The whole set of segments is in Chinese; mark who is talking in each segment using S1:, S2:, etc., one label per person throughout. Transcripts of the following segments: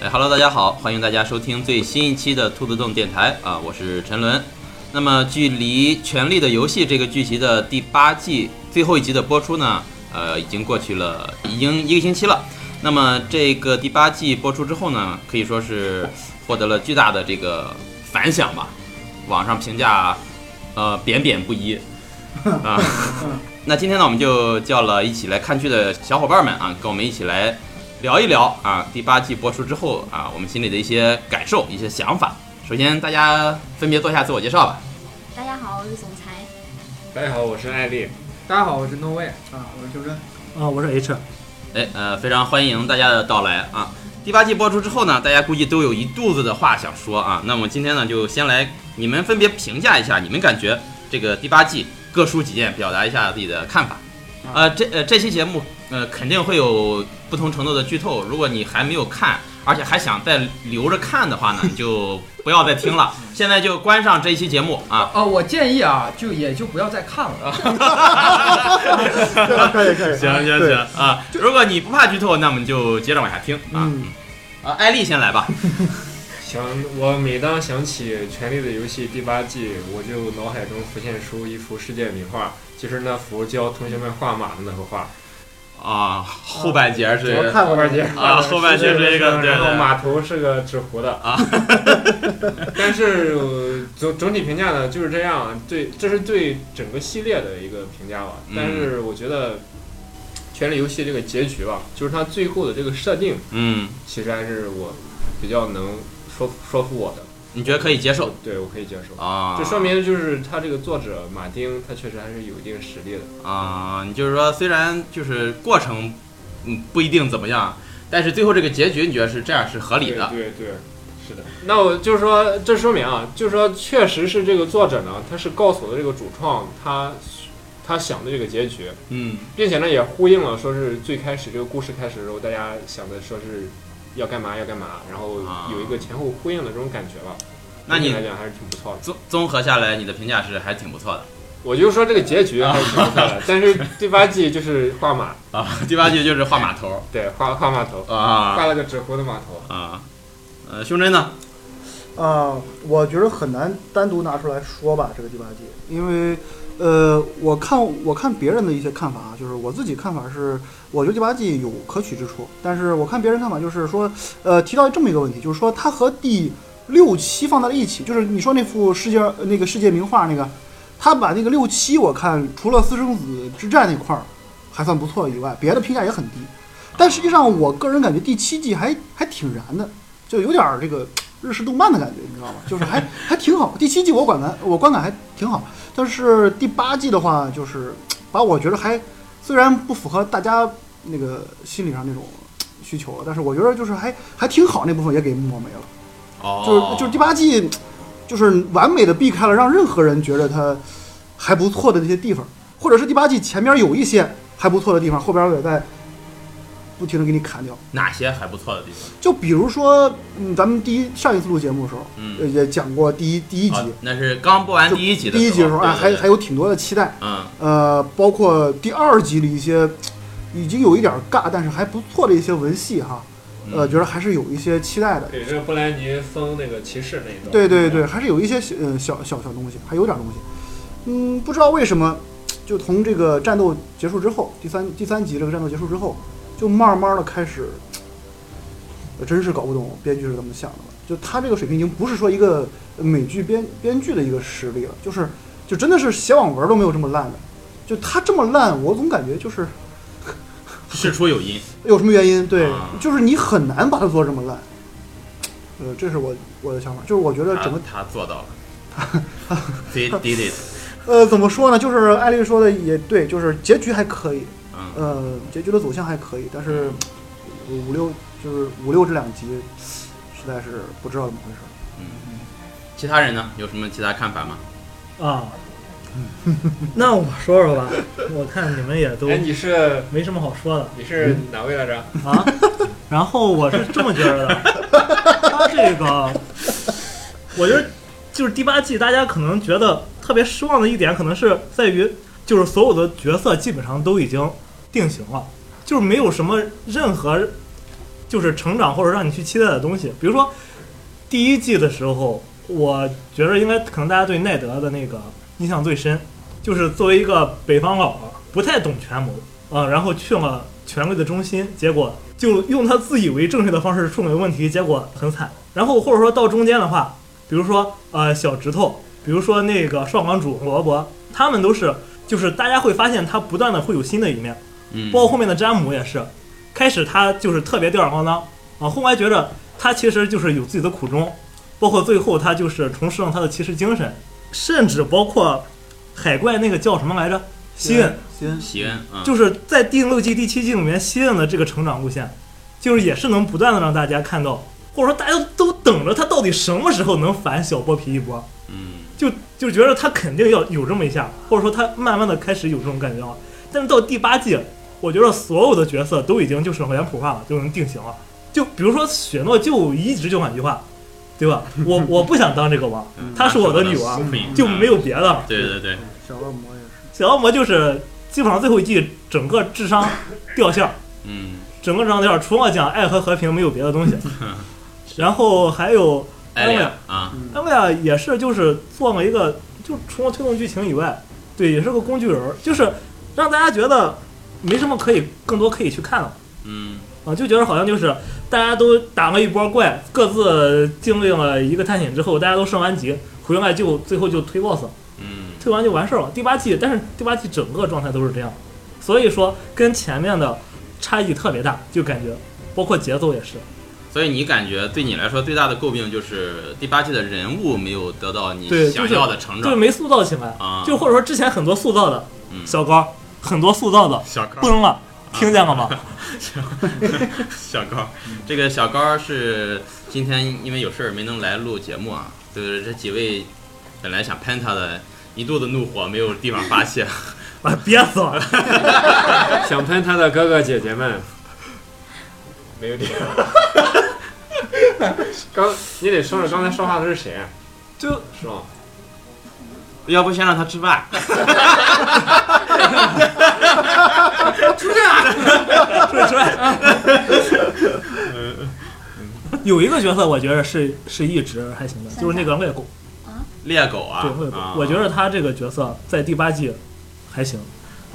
S1: 哎，Hello，大家好，欢迎大家收听最新一期的兔子洞电台啊，我是陈伦。那么，距离《权力的游戏》这个剧集的第八季最后一集的播出呢，呃，已经过去了，已经一个星期了。那么，这个第八季播出之后呢，可以说是获得了巨大的这个反响吧，网上评价呃贬贬不一啊。 那今天呢，我们就叫了一起来看剧的小伙伴们啊，跟我们一起来聊一聊啊，第八季播出之后啊，我们心里的一些感受、一些想法。首先，大家分别做一下自我介绍吧。
S2: 大家好，我是总裁。
S3: 大家好，我是艾丽。
S4: 大家好，我是 No Way 啊，我是邱真。
S5: 啊，我是 H，
S1: 哎，呃，非常欢迎大家的到来啊！第八季播出之后呢，大家估计都有一肚子的话想说啊。那么今天呢，就先来你们分别评价一下，你们感觉这个第八季各抒己见，表达一下自己的看法。呃，这呃这期节目呃肯定会有不同程度的剧透，如果你还没有看，而且还想再留着看的话呢，你就不要再听了，现在就关上这一期节目 啊。
S4: 哦，我建议啊，就也就不要再看了。
S5: 可以可 以，
S1: 行行
S5: 对
S1: 行，啊！如果你不怕剧透，那么你就接着往下听啊。
S5: 嗯，
S1: 啊，艾丽先来吧。
S3: 想我每当想起《权力的游戏》第八季，我就脑海中浮现出一幅世界名画，就是那幅教同学们画马的那幅画。
S1: 啊，后半截
S5: 我
S1: 是
S5: 看
S3: 后
S5: 过
S3: 半截
S1: 啊后半截是一个对
S3: 然后
S1: 对
S3: 马头是个纸糊的
S1: 啊。
S3: 但是呃总总体评价呢就是这样，对，这是对整个系列的一个评价吧。
S1: 嗯
S3: 但是我觉得《权力游戏》这个结局吧，就是它最后的这个设定，
S1: 嗯，
S3: 其实还是我比较能说说服我的。
S1: 你觉得可以接受
S3: 对我可以接受。
S1: 啊？
S3: 这说明就是他这个作者马丁，他确实还是有一定实力的。
S1: 啊，你就是说，虽然就是过程嗯不一定怎么样，但是最后这个结局你觉得是这样是合理的？
S3: 对对对，是的。那我就是说，这说明啊，就是说，确实是这个作者呢，他是告诉了这个主创他他想的这个结局，
S1: 嗯
S3: 并且呢也呼应了说是最开始这个故事开始的时候，大家想的说是要干嘛要干嘛，然后
S1: 啊
S3: 有一个前后呼应的这种感觉吧。
S1: 那你
S3: 整体来讲还是挺不错的。
S1: 综综合下来，你的评价是还挺不错的
S3: 我就说这个结局还是挺不错的，但是第八季就是画马，
S1: 啊。第八季就是画码头
S3: 对，画画码头，
S1: 啊
S3: 画了个纸糊的码头。
S1: 啊，呃，胸针呢？
S5: 啊，我觉得很难单独拿出来说吧，这个第八季，因为，呃，我看我看别人的一些看法啊，就是我自己看法是，我觉得第八季有可取之处，但是我看别人看法就是说，呃，提到这么一个问题，就是说它和第六七放在了一起，就是你说那幅世界呃那个世界名画那个，他把那个六七我看除了私生子之战那块儿还算不错以外，别的评价也很低，但实际上我个人感觉第七季还还挺燃的，就有点儿这个。日式动漫的感觉，你知道吗？就是还还挺好。第七季我观感我观感还挺好，但是第八季的话，就是把我觉得还虽然不符合大家那个心理上那种需求了，但是我觉得就是还还挺好那部分也给抹没了。
S1: 哦
S5: 就是就是第八季，就是完美的避开了让任何人觉得它还不错的那些地方，或者是第八季前面有一些还不错的地方，后边也在不停的给你砍掉。
S1: 哪些还不错的地方？
S5: 就比如说，嗯，咱们第一上一次录节目的时候，呃
S1: 嗯，
S5: 也讲过第一第一集，
S1: 啊那是刚播完
S5: 就
S1: 第一集的
S5: 第一集的时候，哎，
S1: 对
S5: 还
S1: 对对
S5: 还有挺多的期待，
S1: 嗯
S5: 呃，包括第二集的一些已经有一点尬，但是还不错的一些文戏哈，呃，
S1: 嗯
S5: 觉得还是有一些期待的。
S3: 对，这是布兰妮封那个骑士那一段。
S5: 对对对，还是有一些小呃小小小东西，还有点东西。嗯，不知道为什么，就从这个战斗结束之后，第三第三集这个战斗结束之后，就慢慢的开始，我真是搞不懂编剧是怎么想的了。就他这个水平已经不是说一个美剧编编剧的一个实力了，就是就真的是写网文都没有这么烂的。就他这么烂，我总感觉就是
S1: 事出有因。
S5: 有什么原因？对，
S1: 啊
S5: 就是你很难把它做这么烂。呃，这是我我的想法，就是我觉得整个
S1: 他他做到了，They did it。
S5: 呃，怎么说呢？就是艾丽说的也对，就是结局还可以，
S1: 嗯，
S5: 呃，结局的走向还可以，但是五五六就是五六这两集，实在是不知道怎么回事。
S1: 其他人呢有什么其他看法吗？
S6: 啊。 那我说说吧，我看你们也都
S3: 哎，你是
S6: 没什么好说的
S3: 你是
S4: 嗯
S3: 哪位来着？
S6: 啊。然后我是这么觉得的，他这个，我觉得就是第八季，大家可能觉得特别失望的一点，可能是在于就是所有的角色基本上都已经定型了，就是没有什么任何就是成长或者让你去期待的东西。比如说第一季的时候，我觉得应该可能大家对奈德的那个印象最深，就是作为一个北方佬，不太懂权谋啊、然后去了权贵的中心，结果就用他自以为正确的方式处理问题，结果很惨。然后或者说到中间的话，比如说呃小指头，比如说那个少王主罗伯，他们都是就是大家会发现他不断的会有新的一面，
S1: 嗯，
S6: 包括后面的詹姆也是，开始他就是特别吊儿郎当啊，后来觉着他其实就是有自己的苦衷，包括最后他就是重拾了他的骑士精神，甚至包括海怪那个叫什么来着，西恩，
S5: 先
S1: 席恩啊，
S6: 就是在第六季、第七季里面，西恩的这个成长路线，就是也是能不断的让大家看到，或者说大家都等着他到底什么时候能反小剥皮一波，
S1: 嗯
S6: 就就觉得他肯定要有这么一下，或者说他慢慢的开始有这种感觉了。啊但是到第八季，我觉得所有的角色都已经就是脸谱化了，就能定型了。就比如说雪诺，就一直就两句话，对吧？我我不想当这个王，
S1: 嗯
S6: 她是我的女王
S1: 苏菲
S6: 就没有别的了。
S1: 嗯对对对，
S5: 小恶魔也是，
S6: 小恶魔就是基本上最后一季整个智商掉线儿。
S1: 嗯，
S6: 整个章节除了讲爱和和平，没有别的东西。然后还有呃
S1: 艾丽亚啊，
S5: 嗯，
S6: 艾薇娅也是，就是做了一个，就除了推动剧情以外，对，也是个工具人儿，就是让大家觉得没什么可以更多可以去看了
S1: 嗯
S6: 啊，就觉得好像就是大家都打了一波怪，各自经历了一个探险之后，大家都升完级，回来就最后就推 BOSS，
S1: 嗯
S6: 推完就完事儿了。第八季，但是第八季整个状态都是这样，所以说跟前面的差异特别大，就感觉包括节奏也是。
S1: 所以你感觉对你来说最大的诟病就是第八季的人物没有得到你
S6: 对
S1: 想
S6: 就是
S1: 要的成
S6: 对，
S1: 长
S6: 没塑造起来，
S1: 啊，
S6: 就或者说之前很多塑造的
S1: 嗯
S6: 小高，很多塑造的
S1: 小高
S6: 崩了，听见了吗？
S1: 小高，这个小高是今天因为有事儿没能来录节目啊，就是这几位本来想喷他的，一肚子怒火没有地方发 泄，
S6: 啊，憋死我了！
S3: 想喷他的哥哥姐姐们，没 有理。刚你得说说刚才说话的是谁啊，
S6: 就是
S3: 吗？
S1: 要不先让他吃饭，
S6: 是 出来。有一个角色，我觉得是是一直还行的，就是那个猎狗，
S1: 猎狗啊
S6: 对猎狗，，
S1: 啊
S6: 我觉得他这个角色在第八季还行。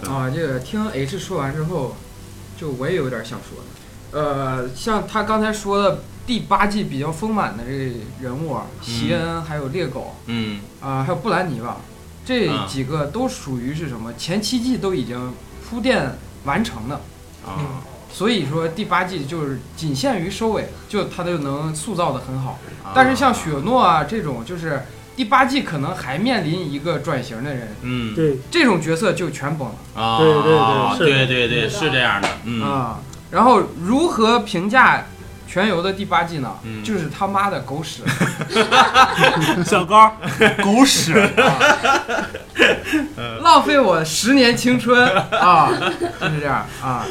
S4: 啊，这个听 H 说完之后，就我也有点想说的。呃，像他刚才说的第八季比较丰满的这人物啊，席恩还有猎狗
S1: 嗯
S4: 啊、还有布兰妮吧，这
S1: 啊
S4: 几个都属于是什么？前七季都已经铺垫完成的，
S6: 嗯
S3: 啊，
S4: 所以说第八季就是仅限于收尾，就他就能塑造的很好。但是像雪诺啊这种，就是第八季可能还面临一个转型的人，
S1: 嗯
S6: 对，
S4: 这种角色就全崩了、
S1: 啊，对
S6: 对对对是
S1: 对对是这样的，嗯
S4: 啊。然后如何评价全游的第八季呢？
S1: 嗯
S4: 就是他妈的狗屎！
S6: 小 高，狗屎，
S4: 啊浪费我十年青春啊！就是这样啊，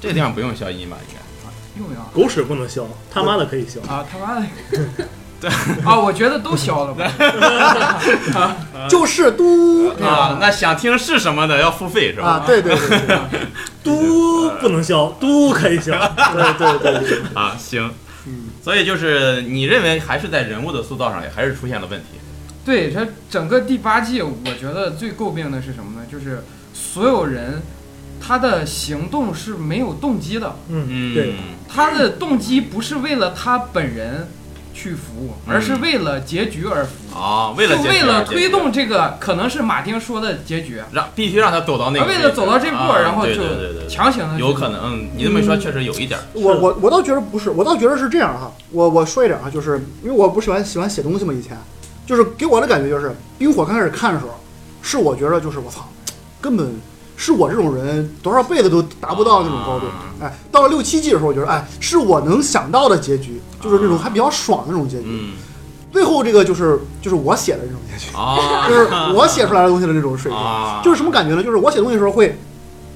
S1: 这个地方不用消音吧？应该
S4: 用不用
S6: 狗屎不能消，他妈的可以消。
S4: 啊？他妈的！啊，我觉得都消了吧。
S5: 就是嘟
S4: 对
S1: 啊，那想听是什么的要付费是吧？
S5: 啊，对对对对对，
S6: 嘟不能消，嘟可以消。 对对对对。
S1: 啊，行，
S5: 嗯，
S1: 所以就是你认为还是在人物的塑造上也还是出现了问题，
S4: 对，它整个第八季，我觉得最诟病的是什么呢？就是所有人他的行动是没有动机的，
S6: 嗯，
S1: 嗯，
S6: 对，
S4: 他的动机不是为了他本人去服务，而是为了结局而服务，
S1: 啊，嗯为了
S4: 就
S1: 解决
S4: 为了推
S1: 解决
S4: 动这个可能是马丁说的结局，
S1: 让必须让他走到那个
S4: 啊
S1: 位
S4: 为
S1: 置，
S4: 了走到这步，
S1: 啊
S4: 然后
S1: 对
S4: 就
S1: 对对对对
S4: 强行的
S1: 有可能，嗯，你这么一说确实有一点儿，
S5: 我我我倒觉得不是，我倒觉得是这样哈。我我说一点哈，啊就是因为我不喜欢喜欢写东西嘛，以前就是给我的感觉就是冰火刚开始看的时候，是我觉得就是我操，根本是我这种人多少辈子都达不到那种高度。
S1: 啊
S5: 哎，到了六七季的时候，我觉得哎，是我能想到的结局，就是那种
S1: 啊
S5: 还比较爽的那种结局。
S1: 嗯
S5: 最后这个就是就是我写的这种结 局，
S1: 啊，
S5: 就是我写出来的东西的这种水平。
S1: 啊，
S5: 就是什么感觉呢？就是我写东西的时候会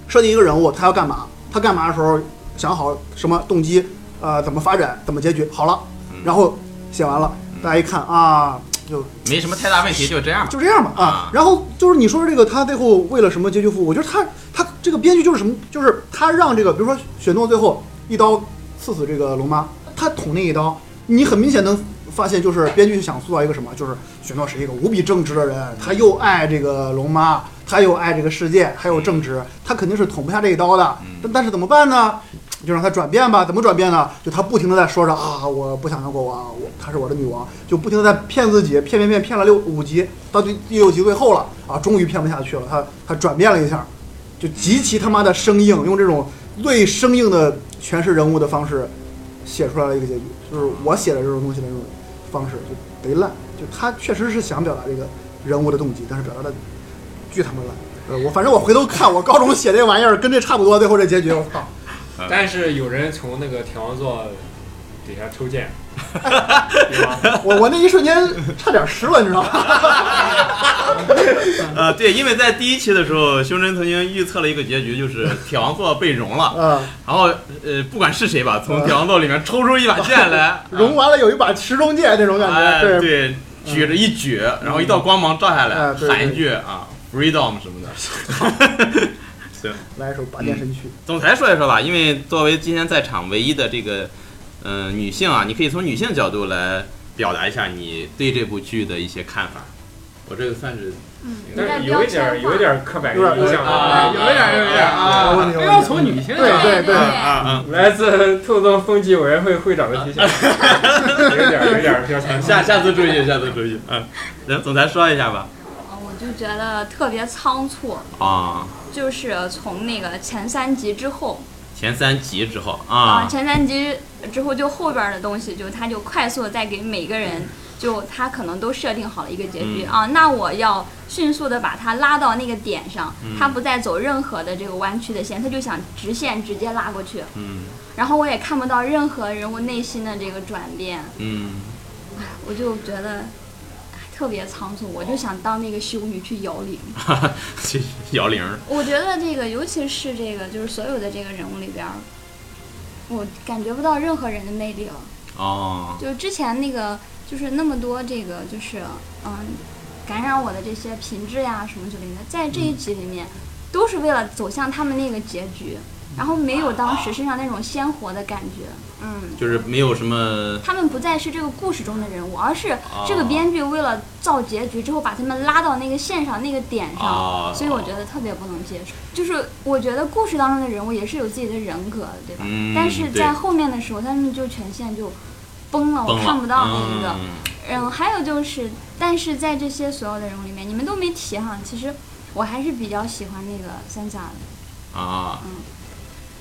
S5: 设定一个人物，他要干嘛，他干嘛的时候想好什么动机，呃，怎么发展，怎么结局，好了
S1: 嗯，
S5: 然后写完了，大家一看啊，就
S1: 没什么太大问题，就这样吧。
S5: 就这样吧
S1: 啊
S5: 啊。然后就是你说这个他最后为了什么结局服务，我觉得他他这个编剧就是什么，就是他让这个比如说雪诺最后一刀刺死这个龙妈，他捅那一刀，你很明显能发现就是编剧想塑造一个什么，就是雪诺是一个无比正直的人，他又爱这个龙妈。他又爱这个世界，还有正直，他肯定是捅不下这一刀的
S1: 嗯。
S5: 但但是怎么办呢？就让他转变吧。怎么转变呢？就他不停的在说着啊，我不想当国王，我她是我的女王，就不停的在骗自己，骗骗骗骗了六五集，到第第六集最后了啊，终于骗不下去了，他他转变了一下，就极其他妈的生硬，用这种最生硬的诠释人物的方式写出来了一个结局，就是我写的这种东西的这种方式就贼烂，就他确实是想表达这个人物的动机，但是表达的巨他妈烂。呃，我反正我回头看，我高中写这玩意儿跟这差不多，最后这结局，我操！
S1: 嗯
S3: 但是有人从那个天王座底下抽剑，有吗？
S5: 我我那一瞬间差点湿了，你知道吗？
S1: 呃，对，因为在第一期的时候，修真曾经预测了一个结局，就是铁王座被融了，
S5: 啊，
S1: 然后呃，不管是谁吧，从
S4: 嗯
S1: 铁王座里面抽出一把剑 来，啊
S5: 融完了有一把时钟剑那种感
S1: 哎，
S5: 觉，对，
S1: 对，举着一举，然后一
S4: 嗯
S1: 道光芒照下来，
S5: 哎对
S1: 喊一句啊，freedom 什么的。
S5: 来一首《拔剑神曲
S1: 总裁说一说吧，因为作为今天在场唯一的这个嗯、呃女性啊，你可以从女性角度来表达一下你对这部剧的一些看法。我这个算是
S2: 嗯，
S3: 但是有一点儿有一点儿刻板印
S5: 有点
S3: 象
S1: 啊
S4: 有一点有一点
S1: 嗯
S5: 啊
S4: 啊，非要从女性
S5: 对
S4: 啊
S5: 对对
S1: 啊啊，
S3: 来自兔洞风纪委员会会长的 提醒，有点儿有点儿标签。
S1: 下下次注意，下次注意。嗯，来总裁说一下吧。
S2: 啊我就觉得特别仓促，
S1: 啊，
S2: 就是从那个前三集之后
S1: 前三集之后
S2: 啊、
S1: 啊，
S2: 前三集之后就后边儿的东西，就他就快速的在给每个人。就他可能都设定好了一个结局、
S1: 嗯
S2: 啊，那我要迅速的把他拉到那个点上，
S1: 嗯
S2: 他不再走任何的这个弯曲的线，他就想直线直接拉过去，
S1: 嗯
S2: 然后我也看不到任何人物内心的这个转变，
S1: 嗯，
S2: 我就觉得哎特别仓促，我就想当那个修女去摇铃。
S1: 这摇铃儿
S2: 我觉得这个，尤其是这个，就是所有的这个人物里边儿，我感觉不到任何人的魅力了。
S1: 哦，
S2: 就之前那个，就是那么多这个，就是嗯，感染我的这些品质呀什么之类的，在这一集里面，都是为了走向他们那个结局，然后没有当时身上那种鲜活的感觉，嗯。
S1: 就是没有什么
S2: 他们不再是这个故事中的人物，而是
S1: 哦
S2: 这个编剧为了造结局之后，把他们拉到那个线上、那个点上，
S1: 哦
S2: 所以我觉得特别不能接受。就是我觉得故事当中的人物也是有自己的人格的，对吧？
S1: 嗯，
S2: 但是
S1: 对
S2: 在后面的时候，他们就全线就崩了，
S1: 崩
S2: 我
S1: 了
S2: 看不到那个。
S1: 嗯
S2: 嗯，还有就是，但是在这些所有的人物里面，你们都没提哈，其实我还是比较喜欢那个三傻的。
S1: 啊，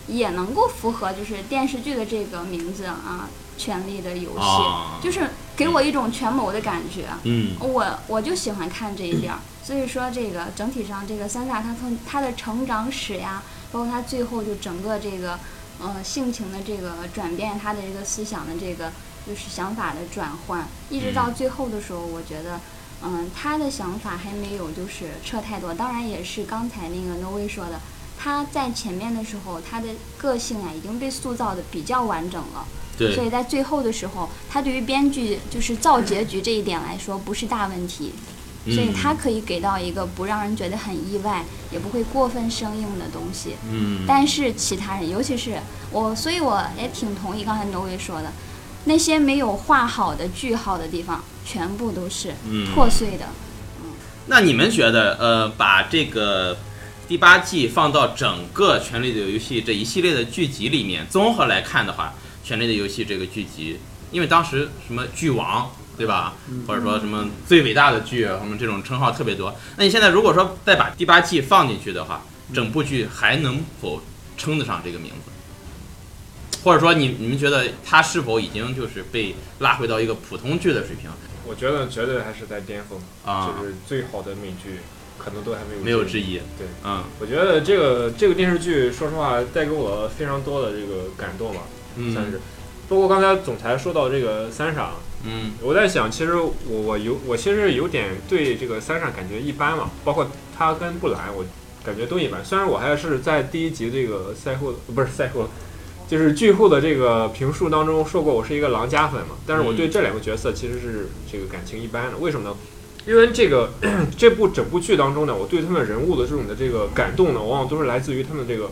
S2: 也能够符合就是电视剧的这个名字啊，《权力的游戏》
S1: 啊
S2: 就是给我一种权谋的感觉。
S1: 嗯
S2: 我我就喜欢看这一点儿，所以说这个整体上这个三大他从他的成长史呀，包括他最后就整个这个呃性情的这个转变，他的这个思想的这个就是想法的转换，一直到最后的时候，我觉得。嗯，他的想法还没有就是撤太多，当然也是刚才那个 No Way 说的，他在前面的时候，他的个性啊已经被塑造的比较完整了，所
S1: 对，
S2: 以在最后的时候，他对于编剧就是造结局这一点来说不是大问题，所以
S1: 嗯
S2: 他可以给到一个不让人觉得很意外，也不会过分生硬的东西。
S1: 嗯，
S2: 但是其他人，尤其是我，所以我也挺同意刚才挪威说的，那些没有画好的句号的地方，全部都是
S1: 嗯
S2: 破碎的。
S1: 那你们觉得，呃，把这个第八季放到整个《权力的游戏》这一系列的剧集里面，综合来看的话，《权力的游戏》这个剧集，因为当时什么剧王，对吧？
S3: 嗯
S1: 或者说什么最伟大的剧，什么这种称号特别多。那你现在如果说再把第八季放进去的话，
S3: 嗯
S1: 整部剧还能否称得上这个名字？或者说你你们觉得它是否已经就是被拉回到一个普通剧的水平
S3: 我觉得绝对还是在巅峰，
S1: 啊？
S3: 就是最好的美剧，可能都还没有
S1: 没有之一。
S3: 对，
S1: 嗯
S3: 我觉得这个这个电视剧，说实话带给我非常多的这个感动吧，
S1: 嗯，
S3: 算是。包括刚才总裁说到这个三傻，
S1: 嗯
S3: 我在想，其实我我有我其实有点对这个三上感觉一般嘛，包括他跟布兰，我感觉都一般。虽然我还是在第一集这个赛后不是赛后，就是剧后的这个评述当中说过我是一个狼加粉嘛，但是我对这两个角色其实是这个感情一般的。为什么呢？因为这个 这部整部剧当中呢，我对他们人物的这种的这个感动呢，往往都是来自于他们这个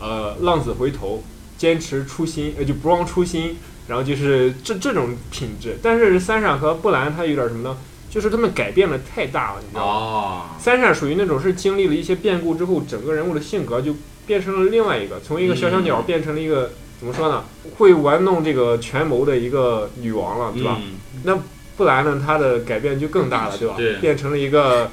S3: 呃浪子回头、坚持初心，呃就不忘初心，然后就是这这种品质。但是三闪和布兰他有点什么呢？就是他们改变的太大了，你知道吗？
S1: 哦，
S3: 三闪属于那种是经历了一些变故之后，整个人物的性格就变成了另外一个，从一个小小
S1: 嗯
S3: 鸟变成了一个、怎么说呢？会玩弄这个权谋的一个女王了，对吧？
S1: 嗯
S3: 布兰呢，她的改变就更大了，对吧？
S1: 对
S3: 变成了一个，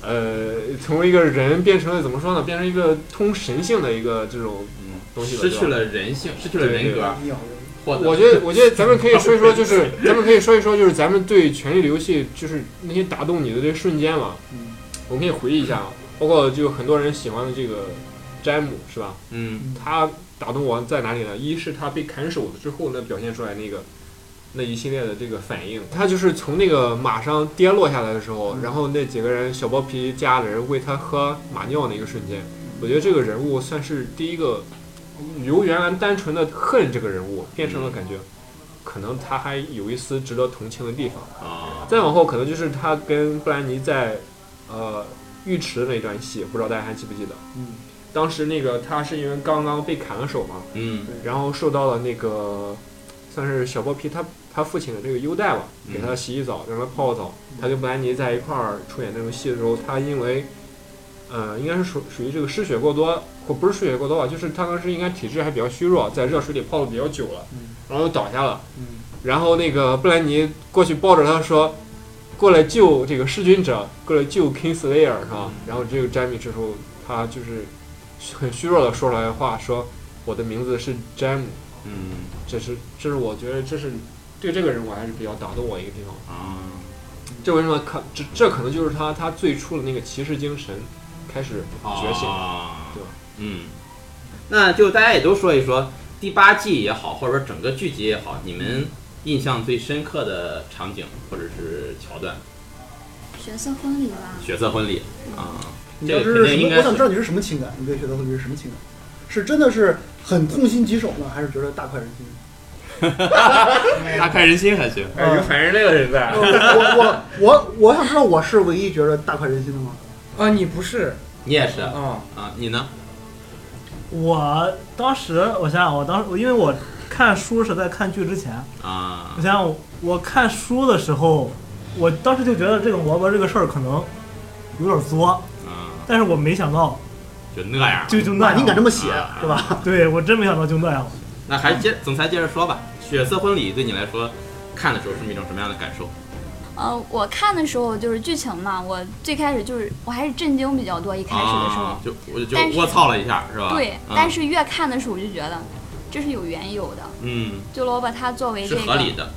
S3: 呃，从一个人变成了怎么说呢？变成一个通神性的一个这种
S1: 嗯
S3: 东西了，
S1: 失
S3: 对吧
S1: 去了人性，失去了人格，
S5: 鸟人。
S1: 获得
S3: 我觉得，我觉得咱们可以说一说，就是咱们可以说一说，就是咱们对《权力的游戏》就是那些打动你的这瞬间嘛。
S5: 嗯，
S3: 我们可以回忆一下啊，包括就很多人喜欢的这个詹姆是吧？
S1: 嗯
S3: 他打动我在哪里呢？一是他被砍手之后呢，表现出来那个那一系列的这个反应，他就是从那个马上跌落下来的时候，然后那几个人小包皮家的人喂他喝马尿那个瞬间，我觉得这个人物算是第一个由原来单纯的恨这个人物变成了感觉，可能他还有一丝值得同情的地方。
S1: 啊，
S3: 再往后可能就是他跟布兰妮在呃浴池的那段戏，不知道大家还记不记得？
S5: 嗯，
S3: 当时那个他是因为刚刚被砍了手嘛，
S1: 嗯
S3: 然后受到了那个算是小包皮他他父亲的这个优待吧，
S1: 嗯
S3: 给他洗洗澡，让他泡澡。他跟布兰妮在一块儿出演那种戏的时候，他因为呃应该是属属于这个失血过多，或不是失血过多吧，就是他当时应该体质还比较虚弱，在热水里泡的比较久了
S5: 嗯，
S3: 然后倒下了。
S5: 嗯，
S3: 然后那个布兰妮过去抱着他说：“过来救这个弑君者，过来救 King Slayer，是吧
S1: 嗯？”
S3: 然后只有詹米这时候他就是很虚弱的说出来的话，说：“我的名字是詹姆。
S1: 嗯”
S3: 这是这是我觉得这是对这个人我还是比较打动我一个地方。
S1: 啊，
S3: 这为什么可这这可能就是他他最初的那个骑士精神开始觉醒。
S1: 啊
S3: 对吧
S1: 嗯，那就大家也都说一说第八季也好，或者说整个剧集也好，你
S3: 嗯
S1: 们印象最深刻的场景或者是桥段，
S2: 血色婚礼吧，
S1: 血色婚礼啊，
S5: 你
S1: 这
S5: 要
S1: 个
S5: 是
S1: 肯
S5: 什
S1: 定应该
S5: 么？我想知
S1: 是
S5: 道你是什么情感？你对学德会是什么情感？是真的是很痛心疾首呢，还是觉得大快人 心？
S1: 大快人心还行，
S3: 哎，有反人类的人在
S5: 呃。我我我我想知道我是唯一觉得大快人心的吗？
S4: 啊，你不是
S1: 你也是啊，
S4: 啊？
S1: 你呢？
S6: 我当时我想想，我当时我因为我看书是在看剧之前，
S1: 啊
S6: 我，想想我看书的时候，我当时就觉得这个萝卜这个事儿可能有点作，
S1: 啊，
S6: 但是我没想到
S1: 就那样。
S6: 就就那
S5: 那
S6: 样，
S5: 你敢这么写
S1: 啊
S5: 是 吧？
S6: 对我真没想到就那样。
S1: 那还接总裁接着说吧，《血色婚礼》对你来说看的时候是一种什么样的感受？
S2: 呃，我看的时候就是剧情嘛，我最开始就是我还是震惊比较多，一开始的时候，
S1: 啊，就我就就
S2: 但是
S1: 卧槽了一下，是吧？
S2: 对
S1: 嗯，
S2: 但是越看的时候我就觉得这是有缘由的，
S1: 嗯，
S2: 就萝卜它作为这
S1: 是
S2: 个，
S1: 合理的，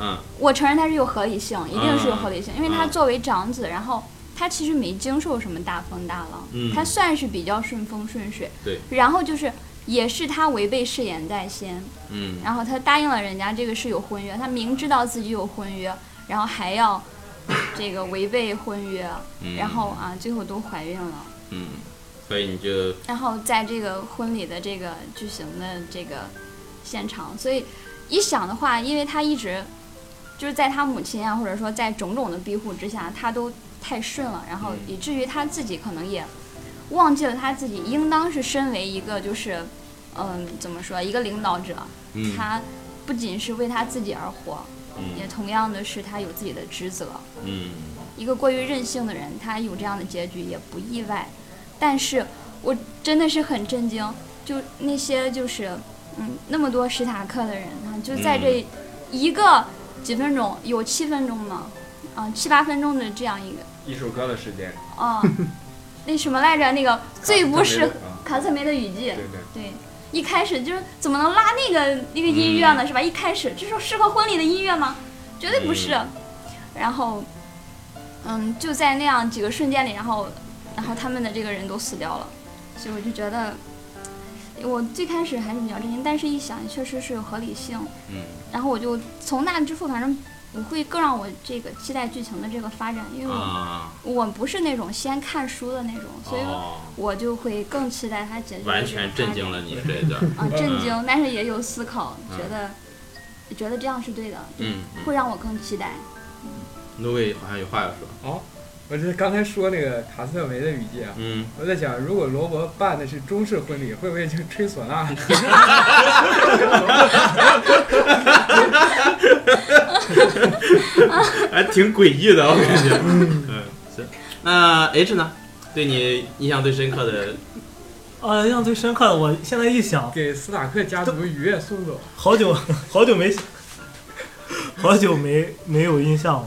S1: 嗯
S2: 我承认它是有合理性，一定是有合理性，因为它
S1: 嗯
S2: 作为长子，然后他其实没经受什么大风大浪，
S1: 嗯
S2: 他算是比较顺风顺水，
S1: 对，
S2: 然后就是。也是他违背誓言在先，
S1: 嗯
S2: 然后他答应了人家这个是有婚约，他明知道自己有婚约，然后还要这个违背婚约，
S1: 嗯，
S2: 然后啊，最后都怀孕了。
S1: 嗯，所以你就
S2: 然后在这个婚礼的这个举行的这个现场，所以一想的话，因为他一直就是在他母亲啊，或者说在种种的庇护之下，他都太顺了，然后
S1: 嗯
S2: 以至于他自己可能也忘记了他自己应当是身为一个就是嗯怎么说一个领导者，
S1: 嗯
S2: 他不仅是为他自己而活，也
S1: 嗯
S2: 同样的是他有自己的职责。
S1: 嗯
S2: 一个过于任性的人，他有这样的结局也不意外。但是我真的是很震惊，就那些就是嗯那么多史塔克的人啊，就在这一个几分钟，有七分钟吗？啊，七八分钟的这样一个
S3: 一首歌的时间，
S2: 啊，那什么来着？那个最不是
S3: 啊，
S2: 卡特梅的雨季
S3: 对，对。
S2: 对。一开始就是怎么能拉那个那个音乐
S1: 嗯
S2: 呢？是吧？一开始这是适合婚礼的音乐吗？绝对不
S1: 嗯
S2: 是。然后，嗯，就在那样几个瞬间里，然后，然后他们的这个人都死掉了，所以我就觉得，哎我最开始还是比较震惊，但是一想确实是有合理性，
S1: 嗯，
S2: 然后我就从那之后，反正我会更让我这个期待剧情的这个发展，因为我
S1: 啊，
S2: 我不是那种先看书的那种，所以
S1: 哦，
S2: 我就会更期待它解决。
S1: 完全震惊了。你这一段，
S2: 啊，
S1: 嗯
S2: 震惊，但是也有思考，
S1: 嗯
S2: 觉得觉得这样是对的，
S1: 嗯，
S2: 会让我更期待。
S1: 卢伟好像有话要说，
S4: 我这刚才说那个卡斯特梅的雨季啊，
S1: 嗯，
S4: 我在想，如果罗伯办的是中式婚礼，会不会就吹唢呐？
S1: 还挺诡异的，我感 觉，嗯，是。那 H 呢？对你印象最深刻的，
S6: 呃，印象最深刻的，我现在一想，
S4: 给斯塔克家族愉悦送走？
S6: 好久好久没好久没没有印象了，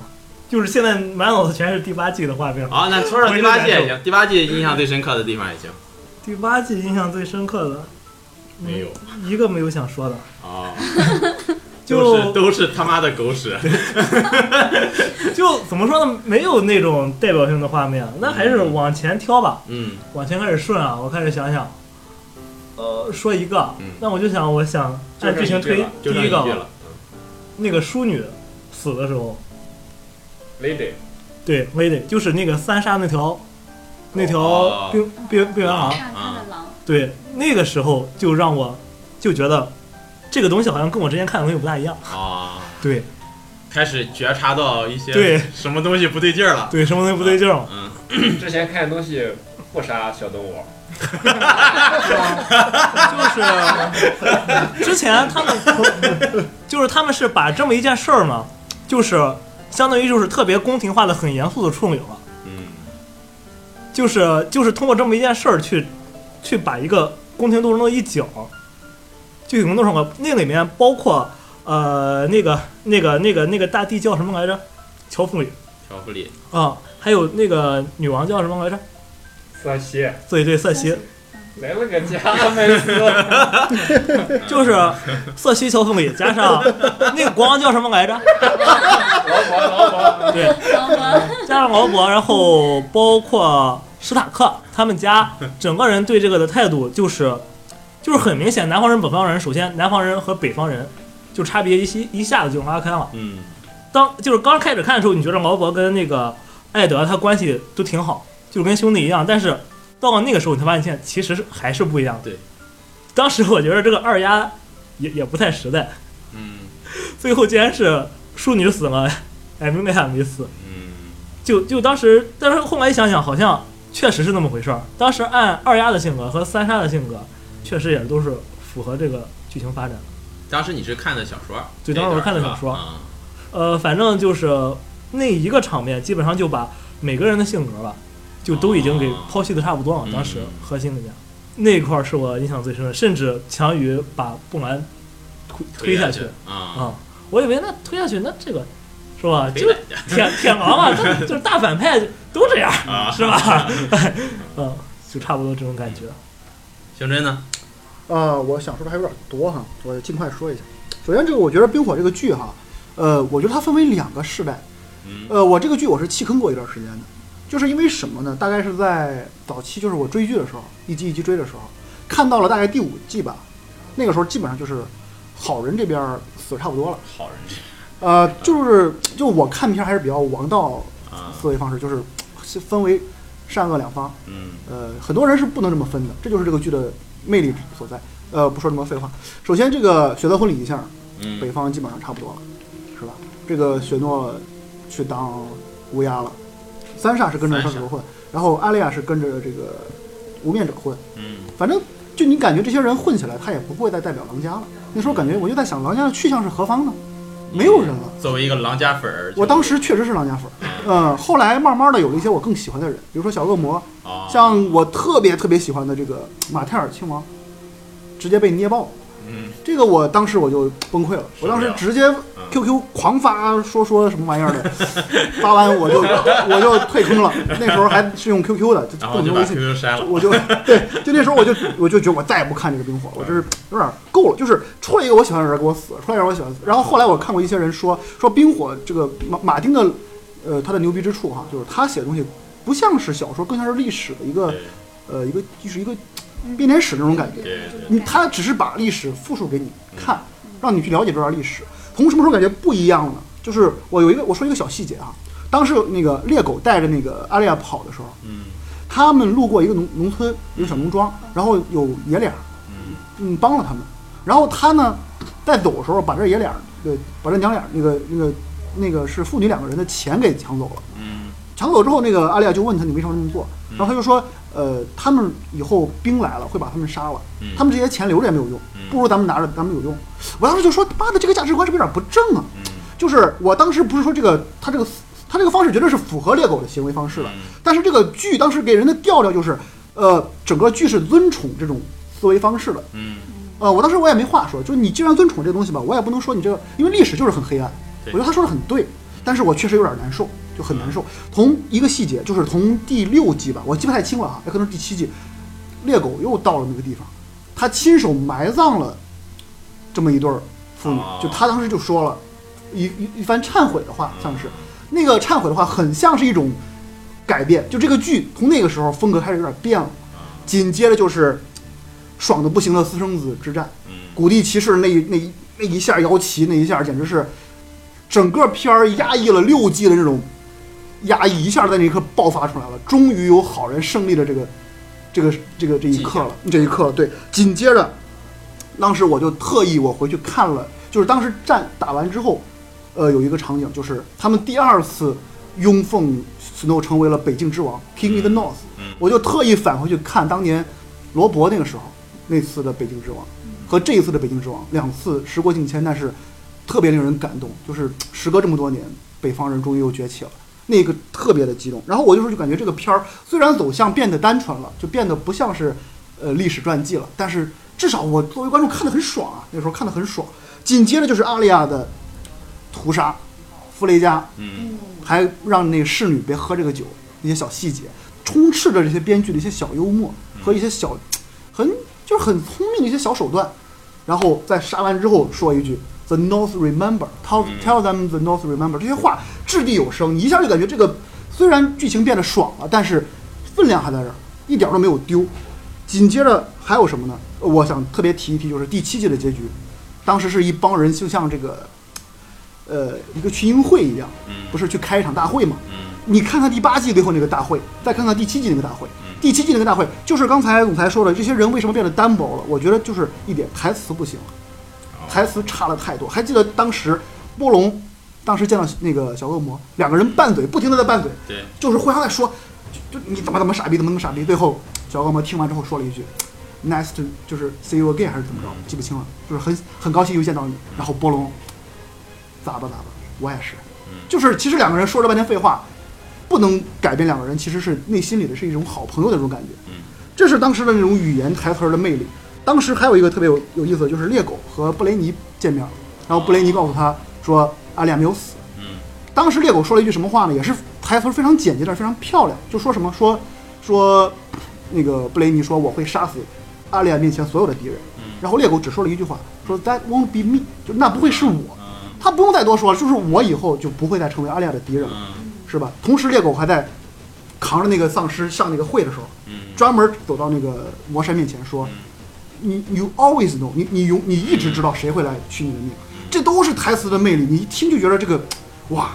S6: 就是现在满脑子全是第八季的画面。
S1: 好，那说说第八季也行，第八季印象最深刻的地方也行，
S6: 第八季印象最深刻的，嗯
S1: 没有，
S6: 一个没有想说的，
S1: 哦，都是
S6: 就
S1: 都是他妈的狗 屎，
S6: 就怎么说呢，没有那种代表性的画面，那还是往前挑吧，
S1: 嗯
S6: 往前开始顺啊，我开始想想，呃，说一个，
S1: 嗯
S6: 那我就想，我想
S3: 就
S6: 按
S3: 剩
S6: 剧情
S3: 一句
S6: 推
S3: 了，
S6: 哎第
S1: 就剩一
S6: 一
S1: 句
S6: 个啊
S1: 了，
S6: 那个淑女死的时候，
S3: Lady，
S6: 对，没得，就是那个三杀那条，那
S1: 哦
S6: 条病病病原狼，
S2: 看看
S1: 啊
S2: 的狼，
S6: 对，那个时候就让我就觉得这个东西好像跟我之前看的东西不大一样，
S1: 哦，
S6: 对
S1: 开始觉察到一些
S6: 对
S1: 什么东西不对劲儿了，
S6: 对，什么东西不对劲儿嘛，
S1: 嗯，
S3: 之前看的东西不杀小动物，
S1: 啊
S6: 之前他们就是他们是把这么一件事儿嘛，就是相当于就是特别宫廷化的很严肃的处理了，
S1: 嗯
S6: 就是就是通过这么一件事儿去去把一个宫廷斗争的一角具体能弄上个那里面包括呃那个那个那个那个大帝叫什么来着？乔弗里
S1: 乔布里，
S6: 啊，还有那个女王叫什么来着？
S3: 瑟西
S6: 对对，瑟西，
S3: 来了个 加麦斯，
S6: 就是瑟西乔弗里加上那个国王叫什么来着？
S3: 劳勃劳勃，
S6: 对，
S2: 狼吗？
S6: 加上劳勃，然后包括史塔克他们家整个人对这个的态度就是，就是很明显，南方人、北方人，首先南方人和北方人就差别一些一下子就拉开了。
S1: 嗯
S6: 当就是刚开始看的时候，你觉得劳勃跟那个艾德他关系都挺好，就是跟兄弟一样，但是到了那个时候，你才发现其实是还是不一样的。
S1: 对，
S6: 当时我觉得这个二丫也也不太实在，
S1: 嗯
S6: 最后竟然是淑女死了，艾米莉亚没死。
S1: 嗯
S6: 就就当时，但是后来一想想，好像确实是那么回事儿。当时按二丫的性格和三杀的性格，确实也都是符合这个剧情发展的。
S1: 当时你是看的小说，
S6: 对当时我看的小说
S1: 啊，
S6: 呃，反正就是那一个场面，基本上就把每个人的性格吧，就都已经给
S1: 哦
S6: 剖析的差不多了。
S1: 嗯
S6: 当时核心里面那一块儿是我印象最深的，甚至强于把布兰推推下
S1: 下
S6: 去
S1: 啊，
S6: 啊、我以为那推下去，那这个是吧？
S1: 推
S6: 就
S1: 下
S6: 是
S1: 去
S6: 铁铁狼嘛， 这就是大反派都这样。
S1: 啊，
S6: 是 吧？嗯，就差不多这种感觉。
S1: 刑侦呢？
S5: 啊、我想说的还有点多哈，我尽快说一下。首先，这个我觉得《冰火》这个剧哈，呃，我觉得它分为两个世代。
S1: 嗯
S5: 呃，我这个剧我是弃坑过一段时间的，就是因为什么呢？大概是在早期，就是我追剧的时候，一集一集追的时候，看到了大概第五季吧，那个时候基本上就是好人这边儿死得差不多了。
S1: 好人
S5: 呃，就是就我看片儿还是比较王道
S1: 啊，
S5: 思维方式，就是是分为善恶两方。
S1: 嗯
S5: 呃，很多人是不能这么分的，这就是这个剧的魅力所在。呃，不说那么多废话。首先，这个血色婚礼一下，北
S1: 嗯
S5: 方基本上差不多了，是吧？这个雪诺去当乌鸦了，三傻是跟着上头混，然后阿丽亚是跟着这个无面者混，
S1: 嗯
S5: 反正就你感觉这些人混起来，他也不会再代表狼家了。那时候感觉我就在想，狼家的去向是何方呢？
S1: 嗯
S5: 没有人了。
S1: 作为一个狼家粉儿，
S5: 我当时确实是狼家粉，嗯，后来慢慢的有了一些我更喜欢的人，比如说小恶魔，
S1: 啊
S5: 像我特别特别喜欢的这个马泰尔亲王，直接被捏爆，
S1: 嗯
S5: 这个我当时我就崩溃了，
S1: 受不
S5: 我
S1: 了嗯
S5: 当时直接 QQ 狂发说说什么玩意儿的， 发完我就我就退坑了，那时候还是用 QQ 的，就
S1: 然
S5: 不
S1: 后哦
S5: 能
S1: 就
S5: 用
S1: 把
S5: 微信
S1: QQ 删了，
S5: 我就对，就那时候我就我就觉得我再也不看这个冰火，我这是有点够了。就是出来一个我喜欢的人给我死，出来一个我喜欢的死。然后后来我看过一些人说说冰火这个马马丁的，呃，他的牛逼之处哈，就是他写的东西不像是小说，更像是历史的一个
S1: 对
S5: 呃一个就是一个编年史那种感
S1: 嗯
S5: 觉。
S3: 对对
S5: 你他只是把历史复述给你看
S2: 嗯，
S5: 让你去了解这段历史。从什么时候感觉不一样呢？就是我有一个，我说一个小细节啊，当时那个猎狗带着那个阿丽亚跑的时候，
S3: 嗯
S5: 他们路过一个农农村，一个小农庄，然后有爷俩，
S3: 嗯
S5: 嗯，帮了他们。然后他呢，在走的时候把这爷俩，呃，把这娘俩那个那个那个是父女两个人的钱给抢走了。
S3: 嗯
S5: 抢走之后，那个阿丽亚就问他你为什么这么做，然后他就说，呃，他们以后兵来了会把他们杀了，
S3: 嗯
S5: 他们这些钱留着也没有用
S3: 嗯，
S5: 不如咱们拿着咱们有用。我当时就说，妈的，这个价值观是不是有点不正啊？
S3: 嗯
S5: 就是我当时不是说这个他这个他这个方式绝对是符合猎狗的行为方式的
S3: 嗯，
S5: 但是这个剧当时给人的调调就是，呃，整个剧是尊崇这种思维方式的。
S3: 嗯，
S5: 呃，我当时我也没话说，就是你既然尊崇这东西吧，我也不能说你这个，因为历史就是很黑暗。我
S3: 对
S5: 觉得他说的很对，但是我确实有点难受，就很难受。
S3: 嗯
S5: 从一个细节，就是从第六季吧，我记不太清了啊，也可能是第七季，猎狗又到了那个地方，他亲手埋葬了这么一对儿父女，
S3: 哦
S5: 就他当时就说了一一一番忏悔的话，
S3: 嗯
S5: 像是那个忏悔的话，很像是一种改变，就这个剧从那个时候风格开始有点变了。
S3: 嗯
S5: 紧接着就是爽的不行的私生子之战，
S3: 嗯
S5: 古地骑士那一那一那一下摇旗那一下，简直是整个片儿压抑了六季的那种压抑，一下在那一刻爆发出来了。终于有好人胜利的这个这个这个这一刻了，这一刻了。对，紧接着，当时我就特意我回去看了，就是当时战打完之后，呃，有一个场景就是他们第二次拥奉 Snow 成为了北境之王 King in the North，、
S3: 嗯
S5: 我就特意返回去看当年罗伯那个时候那次的北京之王和这一次的北京之王，两次时过境迁，但是特别令人感动，就是时隔这么多年，北方人终于又崛起了。那个特别的激动，然后我就是就感觉这个片儿虽然走向变得单纯了，就变得不像是呃历史传记了，但是至少我作为观众看得很爽啊，那时候看得很爽。紧接着就是阿丽亚的屠杀，弗雷加
S3: 嗯
S5: 还让那个侍女别喝这个酒，一些小细节，充斥着这些编剧的一些小幽默和一些小，很就是很聪明的一些小手段，然后在杀完之后说一句 “The North remember”，tell tell them the North remember，这些话掷地有声，你一下就感觉这个虽然剧情变得爽了，但是分量还在这儿，一点儿都没有丢。紧接着还有什么呢？呃我想特别提一提，就是第七季的结局，当时是一帮人就像这个，呃，一个群英会一样，不是去开一场大会嘛？你看看第八季最后那个大会，再看看第七季那个大会，第七季那个大会就是刚才总裁说的，这些人为什么变得单薄了？我觉得就是一点台词不行了，台词差了太多。还记得当时波隆当时见到那个小恶魔，两个人拌嘴，不停的在拌嘴，
S3: 对，
S5: 就是互相在说，就就你怎么怎么傻逼，怎么怎么傻逼。最后小恶魔听完之后说了一句，nice to 就是 see you again 还是怎么着，记不清了，就是很很高兴又见到你。然后波隆，咋吧咋吧，我也是，就是其实两个人说了半天废话，不能改变两个人其实是内心里的是一种好朋友的那种感觉。这是当时的那种语言台词儿的魅力。当时还有一个特别有有意思的就是猎狗和布雷尼见面了，然后布雷尼告诉他说阿俩没有死，
S3: 嗯
S5: 当时猎狗说了一句什么话呢？也是台词非常简洁，但是非常漂亮，就说什么说说那个布雷尼说我会杀死阿丽亚面前所有的敌人，然后猎狗只说了一句话，说 That won't be me，就那不会是我。他不用再多说了，就是我以后就不会再成为阿丽亚的敌人了，是吧？同时，猎狗还在扛着那个丧尸上那个会的时候，
S1: 嗯
S5: 专门走到那个魔山面前说：“你 you always know，你你永你一直知道谁会来取你的命。”这都是台词的魅力，你一听就觉得这个，哇！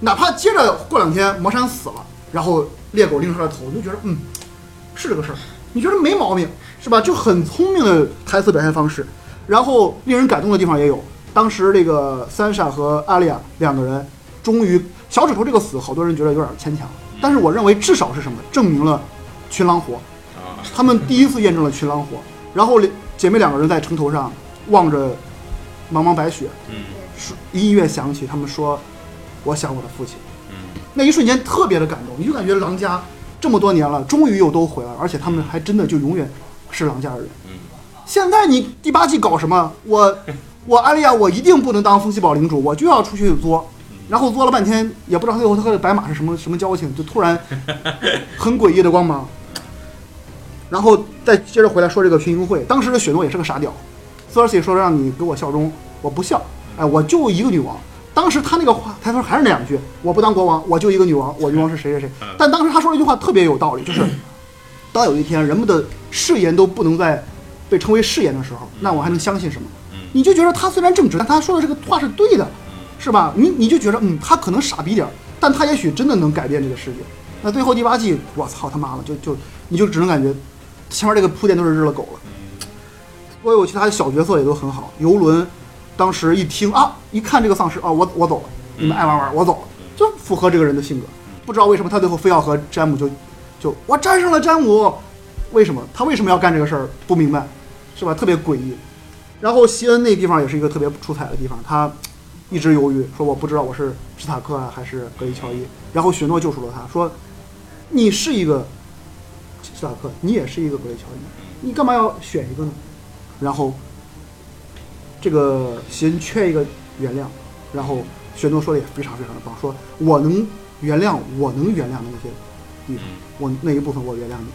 S5: 哪怕接着过两天魔山死了，然后猎狗拎出来头，你就觉得嗯，是这个事儿，你觉得没毛病，是吧？就很聪明的台词表现方式，然后令人感动的地方也有。当时这个三傻和阿丽亚两个人，终于小指头这个死，好多人觉得有点牵强，但是我认为至少是什么，证明了群狼活，
S3: 啊
S5: 他们第一次验证了群狼火，然后姐妹两个人在城头上望着茫茫白雪，
S3: 嗯
S5: 是音乐响起，他们说：“我想我的父亲。”
S3: 嗯
S5: 那一瞬间特别的感动，你就感觉狼家这么多年了，终于又都回来了，而且他们还真的就永远是狼家人。
S3: 嗯
S5: 现在你第八季搞什么？我我艾丽亚，我一定不能当风息堡领主，我就要出去作。然后作了半天，也不知道最后他和白马是什么什么交情，就突然很诡异的光芒。然后再接着回来说这个群英会，当时的雪诺也是个傻屌，Cersei 说让你给我效忠，我不效，哎，我就一个女王。当时他那个话，他说还是那两句，我不当国王，我就一个女王，我女王是谁谁谁。但当时他说了一句话特别有道理，就是当有一天人们的誓言都不能再被称为誓言的时候，那我还能相信什么？
S1: 嗯
S5: 你就觉得他虽然正直，但他说的这个话是对的，是吧？你你就觉得，嗯，他可能傻逼点儿，但他也许真的能改变这个世界。那最后第八季，我操他妈了，就就你就只能感觉前面这个铺垫都是日了狗了。所有其他的小角色也都很好，游轮当时一听啊，一看这个丧尸啊，我我走了，你们爱玩玩，我走了，就符合这个人的性格。不知道为什么他最后非要和詹姆就就我战胜了詹姆，为什么他为什么要干这个事儿？不明白，是吧？特别诡异。然后西恩那地方也是一个特别出彩的地方，他一直犹豫，说我不知道我是史塔克啊还是格里乔伊。然后雪诺救赎了他，说你是一个史塔克，你也是一个格里乔伊，你干嘛要选一个呢？然后这个西恩缺一个原谅，然后雪诺说的也非常非常的棒，说我能原谅，我能原谅那些地方，我那一部分我原谅你。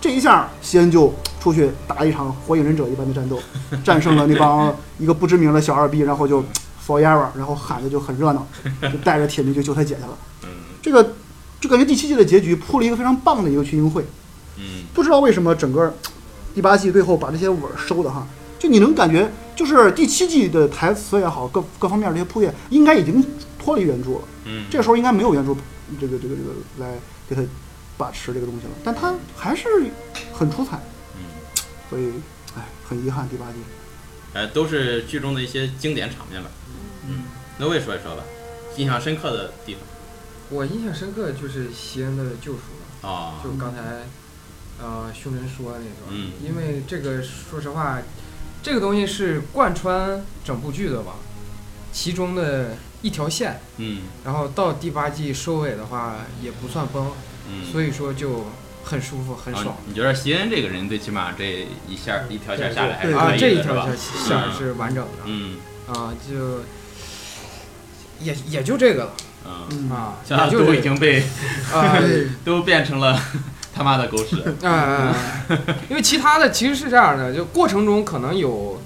S5: 这一下，西恩就出去打一场火影忍者一般的战斗，战胜了那帮一个不知名的小二逼，然后就 forever，然后喊的就很热闹，就带着铁力就救他姐去了。这个就感觉第七季的结局铺了一个非常棒的一个群英会，
S1: 嗯
S5: 不知道为什么整个第八季最后把这些尾儿收的哈，就你能感觉就是第七季的台词也好，各各方面这些铺垫应该已经脱离原著了。
S1: 嗯，
S5: 这时候应该没有原著这个这个这个来给他把持这个东西了，但他还是很出彩，
S1: 嗯
S5: 所以哎，很遗憾第八季。
S1: 呃，都是剧中的一些经典场面吧。嗯，那魏说一说吧，印象深刻的地方
S4: 我印象深刻就是西恩的救赎嘛，
S1: 啊、
S4: 就刚才呃胸针说的那段，
S1: 嗯
S4: 因为这个说实话，这个东西是贯穿整部剧的吧，其中的一条线，
S1: 嗯
S4: 然后到第八季收尾的话也不算崩，
S1: 嗯，
S4: 所以说就很舒服，很爽
S1: 啊。你觉得席恩这个人最起码这一下一条线下来还
S5: 对
S1: 是
S5: 对
S4: 啊
S1: 可，以
S4: 这一
S1: 的是
S4: 条
S1: 吧
S4: 线线儿是完整的，
S1: 嗯
S4: 啊，就也也就这个了
S1: 嗯，
S5: 嗯，
S4: 啊，
S1: 像他
S4: 也
S1: 都
S4: 就
S1: 已
S4: 这个
S1: 经被
S4: 啊
S1: 都变成了 他妈的狗 屎。
S4: 啊，因为其他的其实是这样的，就过程中可能有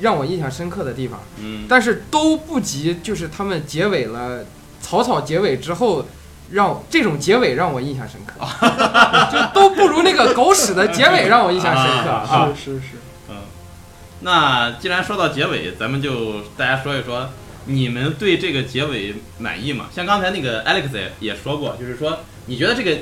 S4: 让我印象深刻的地方，
S1: 嗯
S4: 但是都不及就是他们结尾了，草草结尾之后。让这种结尾让我印象深刻，就都不如那个狗屎的结尾让我印象深刻。
S1: 啊啊
S5: 是是是，
S1: 嗯，那既然说到结尾，咱们就大家说一说。你们对这个结尾满意吗？像刚才那个 Alex 也也说过，就是说你觉得这个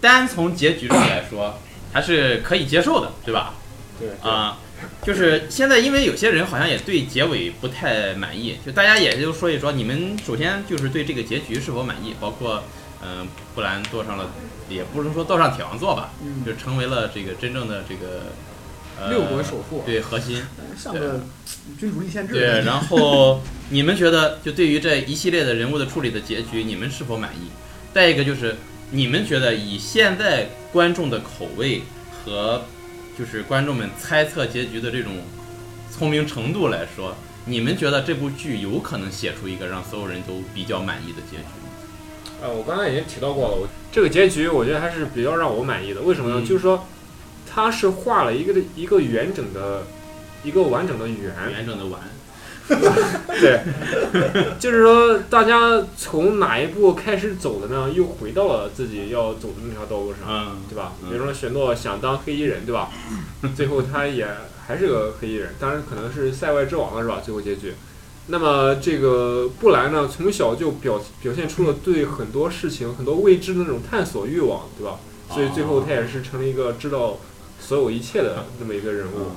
S1: 单从结局上来说还是可以接受的，对吧？
S3: 对，
S1: 啊，就是现在，因为有些人好像也对结尾不太满意，就大家也就说一说，你们首先就是对这个结局是否满意，包括嗯、布兰坐上了，也不能说坐上铁王座吧，
S5: 嗯，
S1: 就成为了这个真正的这个、呃、
S4: 六国守护，
S1: 对核 心
S5: 上个君主立宪制，
S1: 对，然后你们觉得就对于这一系列的人物的处理的结局，你们是否满意？再一个就是你们觉得以现在观众的口味和就是观众们猜测结局的这种聪明程度来说，你们觉得这部剧有可能写出一个让所有人都比较满意的结局吗？
S3: 呃，我刚才已经提到过了，我这个结局我觉得还是比较让我满意的。为什么呢？
S1: 嗯
S3: 就是说，它是画了一个一个完整的、一个完整的圆，
S1: 完整的完，
S3: 对，就是说大家从哪一步开始走的呢？又回到了自己要走的那条道路上，
S1: 嗯
S3: 对吧？
S1: 嗯
S3: 比如说雪诺想当黑衣人，对吧？最后他也还是个黑衣人，当然可能是塞外之王了，是吧？最后结局。那么这个布兰呢，从小就表表现出了对很多事情、很多未知的那种探索欲望，对吧？所以最后他也是成了一个知道所有一切的那么一个人物。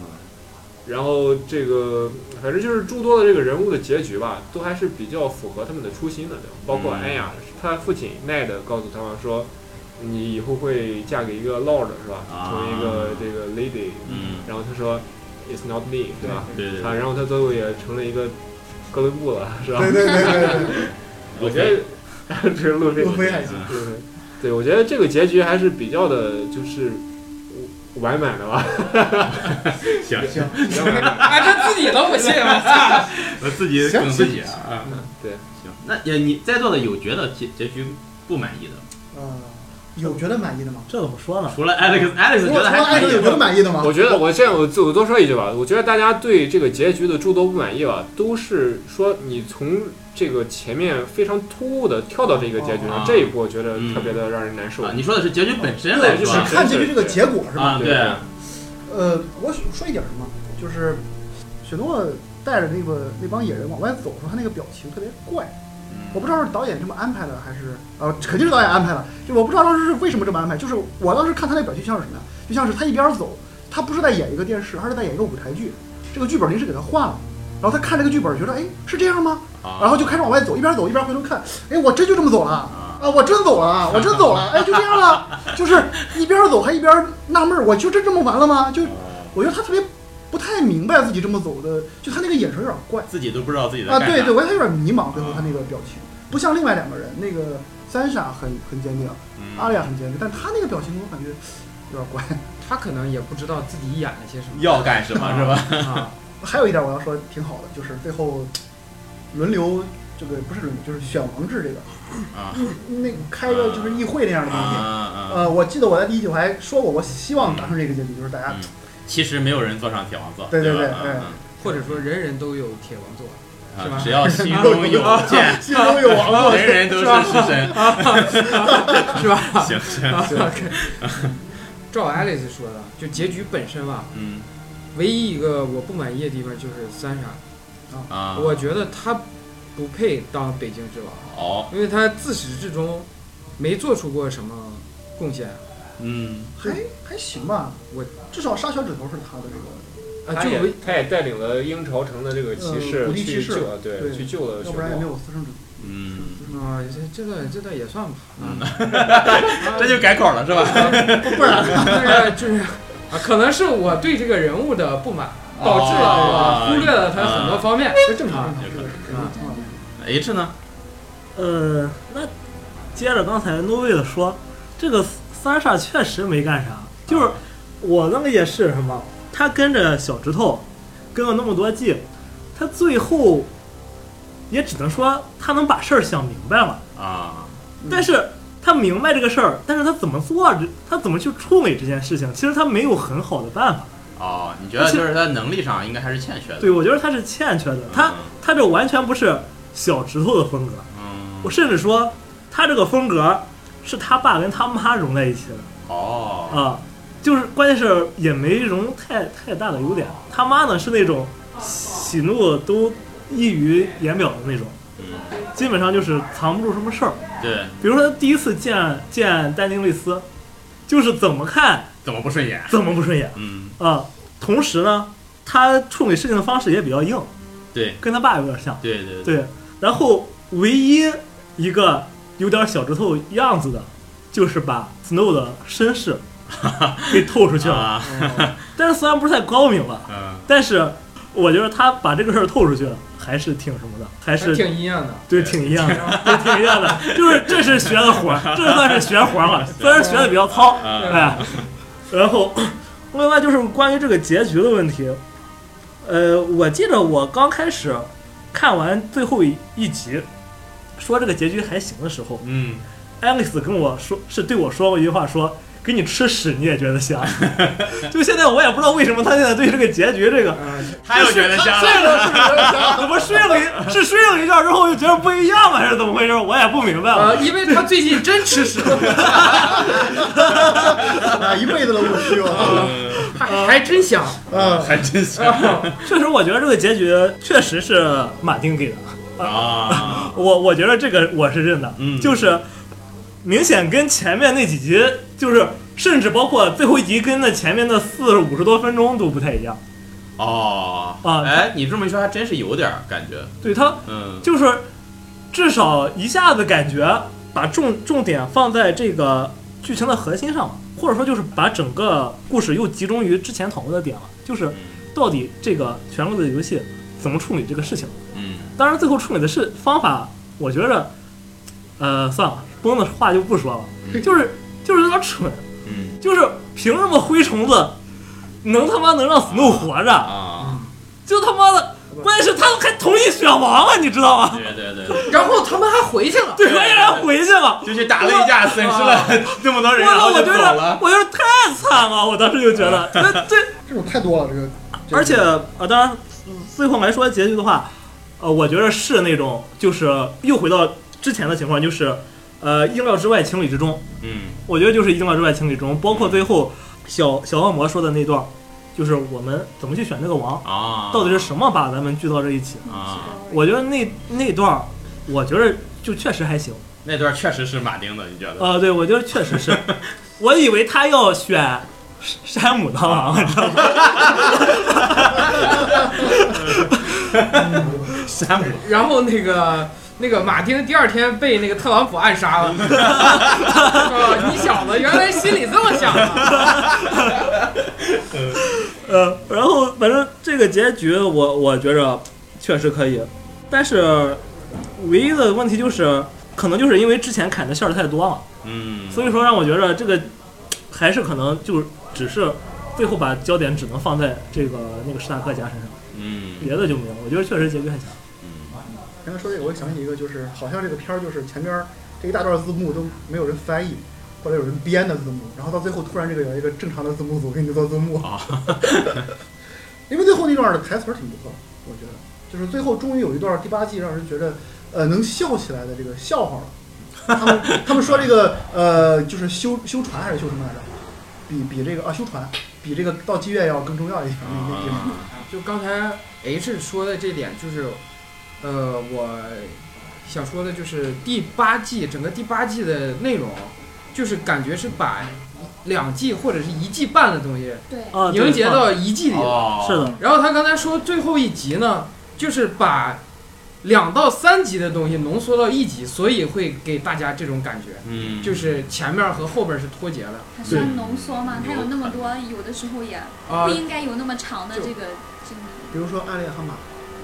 S3: 然后这个反正就是诸多的这个人物的结局吧，都还是比较符合他们的初心的，对吧包括
S1: 嗯
S3: 安雅，他父亲奈的告诉他们说，你以后会嫁给一个 lord 是吧？
S1: 啊
S3: 成为一个这个 lady，
S1: 嗯，
S3: 然后他说 it's not me 对吧？
S1: 对对
S3: 啊，
S1: 对，
S3: 然后他最后也成了一个哥伦布了是吧？
S5: 对对对对
S3: 我觉得这是路飞，
S5: 对，路飞
S3: 对
S5: 还行，
S1: 嗯
S5: 对对。
S3: 对，我觉得这个结局还是比较的，就是完满的吧。
S1: 行，
S5: 行，
S4: 啊，这自己都不信，我操！
S1: 我呃自己
S5: 行
S1: 梗自己啊，啊
S5: 嗯
S3: 对，
S1: 行，那也你在座的有觉得结结局不满意的吗？
S5: 嗯，有觉得满意的吗？
S6: 这怎么说呢？
S1: 除了 Alex，Alex
S5: 除
S1: 觉
S5: 了
S1: 得
S5: 除
S1: 还
S5: 了艾
S1: 可
S5: 德有觉得
S1: 以。
S5: 满意的吗？
S3: 我觉得我这样我我多说一句吧，我觉得大家对这个结局的诸多不满意吧，都是说你从这个前面非常突兀的跳到这个结局
S1: 哦
S3: 上，这一步我觉得特别的让人难受。
S1: 啊，你说的是结局本身来
S5: 对，
S1: 说
S5: 只
S1: 啊
S5: 看结局这个结果是吧？
S1: 啊，对，
S5: 呃，我说一点什么，就是雪诺带着那个那帮野人往外走的时候，他那个表情特别怪。
S1: 嗯
S5: 我不知道是导演这么安排的，还是呃，肯定是导演安排了。就我不知道当时是为什么这么安排，就是我当时看他那表情像是什么呀？就像是他一边走，他不是在演一个电视，他是在演一个舞台剧。这个剧本临时给他换了，然后他看这个剧本觉得，哎，是这样吗？然后就开始往外走，一边走一边回头看，哎，我真就这么走了啊，我真走了，我真走了，哎，就这样了， 就是一边走还一边纳闷儿，我就真这么完了吗？就我觉得他特别不太明白自己这么走的，就他那个眼神有点怪
S1: 自己都不知道自己在
S5: 啊，
S1: 干啥
S5: 对对，我觉得他有点迷茫，最
S1: 嗯
S5: 后他那个表情不像另外两个人，那个三傻很很坚定，
S1: 嗯
S5: 阿丽亚很坚定，但他那个表情我感觉有点怪。
S4: 他可能也不知道自己演了些什么，
S1: 要干什么是吧？
S4: 啊，
S5: 还有一点我要说挺好的，就是最后轮流这个不是轮流，就是选王制这个
S1: 啊
S5: 议那个开个就是议会那样的东西。
S1: 啊啊！
S5: 呃，我记得我在第一集我还说过，我希望达成这个结局，就是大家
S1: 嗯其实没有人坐上铁王座，
S5: 对对
S1: 对吧
S5: 对对
S1: 嗯
S4: 或者说人人都有铁王座，是
S1: 嗯
S4: 吧
S1: 啊，只要
S5: ，
S1: 心中有剑
S5: 心中有王嘛。
S1: 人人都是食 神。
S4: 是吧？
S1: 行行，
S5: 啊
S4: 嗯照 Alice 说的，就结局本身吧，
S1: 嗯
S4: 唯一一个我不满意的地方就是三傻，
S1: 啊，
S4: 我觉得他不配当北京之王，
S1: 哦，
S4: 因为他自始至终没做出过什么贡献啊
S1: 嗯
S5: 还还行吧，
S4: 我
S5: 至少杀小指头是他的这个，
S4: 啊，
S3: 他
S4: 就
S3: 也
S4: 唯
S3: 他也带领了鹰巢城的这个骑
S5: 呃
S3: 士
S5: 鼓励骑
S3: 去
S5: 士
S3: 救了，对，
S5: 对
S3: 去救了
S5: 要
S3: 雪
S5: 不然也没
S3: 诺。
S5: 有私生子。
S1: 嗯，
S4: 啊，这这倒这倒也算吧，啊，
S1: 嗯 这就改口了是吧？
S4: 不然就是就是啊， 可能是我对这个人物的不满，导致
S1: 哦
S4: 我忽略了他很多方面。
S5: 这正常
S4: 啊
S5: 正常，这个这个正常。
S1: H 呢？
S6: 呃，那接着刚才诺卫的说，这个三傻确实没干啥，就是我那个也是什么，他跟着小指头跟了那么多季，他最后也只能说他能把事儿想明白了，
S1: 啊，
S6: 但是他明白这个事儿，但是他怎么做，他怎么去处理这件事情，其实他没有很好的办法。
S1: 哦，你觉得就是他能力上应该还是欠缺的？
S6: 对，我觉得他是欠缺的，他他这完全不是小指头的风格。
S1: 嗯，
S6: 我甚至说，他这个风格是他爸跟他妈融在一起的
S1: 哦，
S6: 啊，就是关键是也没融太太大的优
S1: 哦
S6: 点。他妈呢是那种喜怒都溢于言表的那种，
S1: 嗯，
S6: 基本上就是藏不住什么事儿。
S1: 对，
S6: 比如说他第一次见见丹宁丽丝，就是怎么看
S1: 怎么不顺眼？
S6: 怎么不顺眼
S1: 嗯，
S6: 啊。同时呢，他处理事情的方式也比较硬，
S1: 对，
S6: 跟他爸有点像。
S1: 对对，
S6: 对，然后唯一一个有点小指头样子的，就是把 Snow 的身 世给透出去了。
S1: 啊，
S4: 嗯
S6: 但是虽然不是太高明吧，
S1: 嗯，
S6: 但是我觉得他把这个事儿透出去还是挺什么的，还
S4: 还
S6: 是
S4: 挺一样的，
S6: 对挺一样的，对挺一样的，就是这是学的活儿，这算是学活儿了，虽然学的比较糙，
S1: 啊，
S6: 哎，然后 另外就是关于这个结局的问题，呃，我记得我刚开始看完最后一集，说这个结局还行的时候
S1: 嗯，
S6: ，Alex 跟我说是对我说过一句话说。给你吃屎你也觉得香， 就现在我也不知道为什么他现在对这个结局这个，
S1: 他又觉得香
S6: 睡
S1: 了，
S6: 了 怎么睡了一是睡了一觉之后就觉得不一样了还是怎么回事？我也不明白了
S4: 啊，。因为他最近真吃屎，
S5: 啊，一辈子的误区啊！
S4: 还还真香。
S5: 嗯，
S1: 嗯 还真 香
S6: 确实，我觉得这个结局确实是马丁给的。
S1: 啊，
S6: 我我觉得这个我是认的，
S1: 嗯
S6: 就是明显跟前面那几集，就是甚至包括最后一集跟那前面的四五十多分钟都不太一样。
S1: 哦，
S6: 啊
S1: 哎，你这么一说还真是有点儿感觉，
S6: 对他
S1: 嗯，
S6: 就是至少一下子感觉把重重点放在这个剧情的核心上了，或者说就是把整个故事又集中于之前讨论的点了，就是到底这个《全路的游戏》怎么处理这个事情。
S1: 嗯，
S6: 当然，最后处理的是方法，我觉着，呃，算了，崩的话就不说了，
S1: 嗯
S6: 就是就是有点蠢，
S1: 嗯，
S6: 就是凭什么灰虫子能他妈能让 Snow 活着？
S1: 啊，
S6: 就他妈的关键是他们还同意选王啊了，你知道吗？
S1: 对对对，
S4: 然后他们还回去了。
S6: 对，关键还回去了。
S1: 就去打了一架，损失 了这么多人，
S6: 我
S1: 然
S6: 操！
S1: 后
S6: 啊我
S1: 就
S6: 觉
S1: 走
S6: 得
S1: 了。
S6: 我觉得太惨了，我当时就觉得，这这
S5: 这种太多了，这个。这个
S6: 而且呃，当然，嗯最后来说结局的话，呃，我觉得是那种就是又回到之前的情况，就是呃意料之外，情理之中。
S1: 嗯，
S6: 我觉得就是意料之外，情理之中。包括最后小小恶魔说的那段，就是我们怎么去选这个王，
S1: 啊，
S6: 到底是什么把咱们聚到这一起？
S1: 啊？
S6: 我觉得那那段儿，我觉得就确实还行。
S1: 那段确实是马丁的，你觉得？
S6: 呃，对，我觉得确 实是，我以为他要选山姆当王，你知道吗？
S1: 山姆
S4: 然后那个那个马丁第二天被那个特朗普暗杀了。 哦，你小子原来心里这么想的。
S6: 呃，然后反正这个结局我，我觉着确实可以，但是唯一的问题就是，可能就是因为之前砍的线儿太多了，
S1: 嗯，
S6: 所以说让我觉着这个还是可能就只是最后把焦点只能放在这个那个史塔克家身上，
S1: 嗯
S6: 别的就没有。我觉得确实结局很强。
S5: 刚才说这个，我想起一个，就是好像这个片儿就是前边儿这一大段字幕都没有人翻译，或者有人编的字幕，然后到最后突然这个有一个正常的字幕组给你做字幕，
S1: 啊，
S5: 因为最后那段儿的台词儿挺不错的，我觉得就是最后终于有一段儿第八季让人觉得呃能笑起来的这个笑话了。他们他们说这个呃就是修修船还是修什么来着？比比这个啊修船比这个到妓院要更重要一点。
S1: 啊
S5: 那个地方
S4: 就刚才 H 说的这点，就是，呃，我想说的就是第八季整个第八季的内容，就是感觉是把两季或者是一季半的东西
S2: 对，
S6: 啊，对
S4: 凝结到一季里了。
S1: 哦，
S6: 是的，
S4: 然后他刚才说最后一集呢，就是把两到三集的东西浓缩到一集，所以会给大家这种感觉，
S1: 嗯，
S4: 就是前面和后边是脱节的
S2: 它算浓缩
S1: 嗯
S2: 嘛，它有那么多，有的时候也
S4: 啊、
S2: 不应该有那么长的
S4: 就
S2: 这个这个。
S5: 比如说《暗恋悍马》，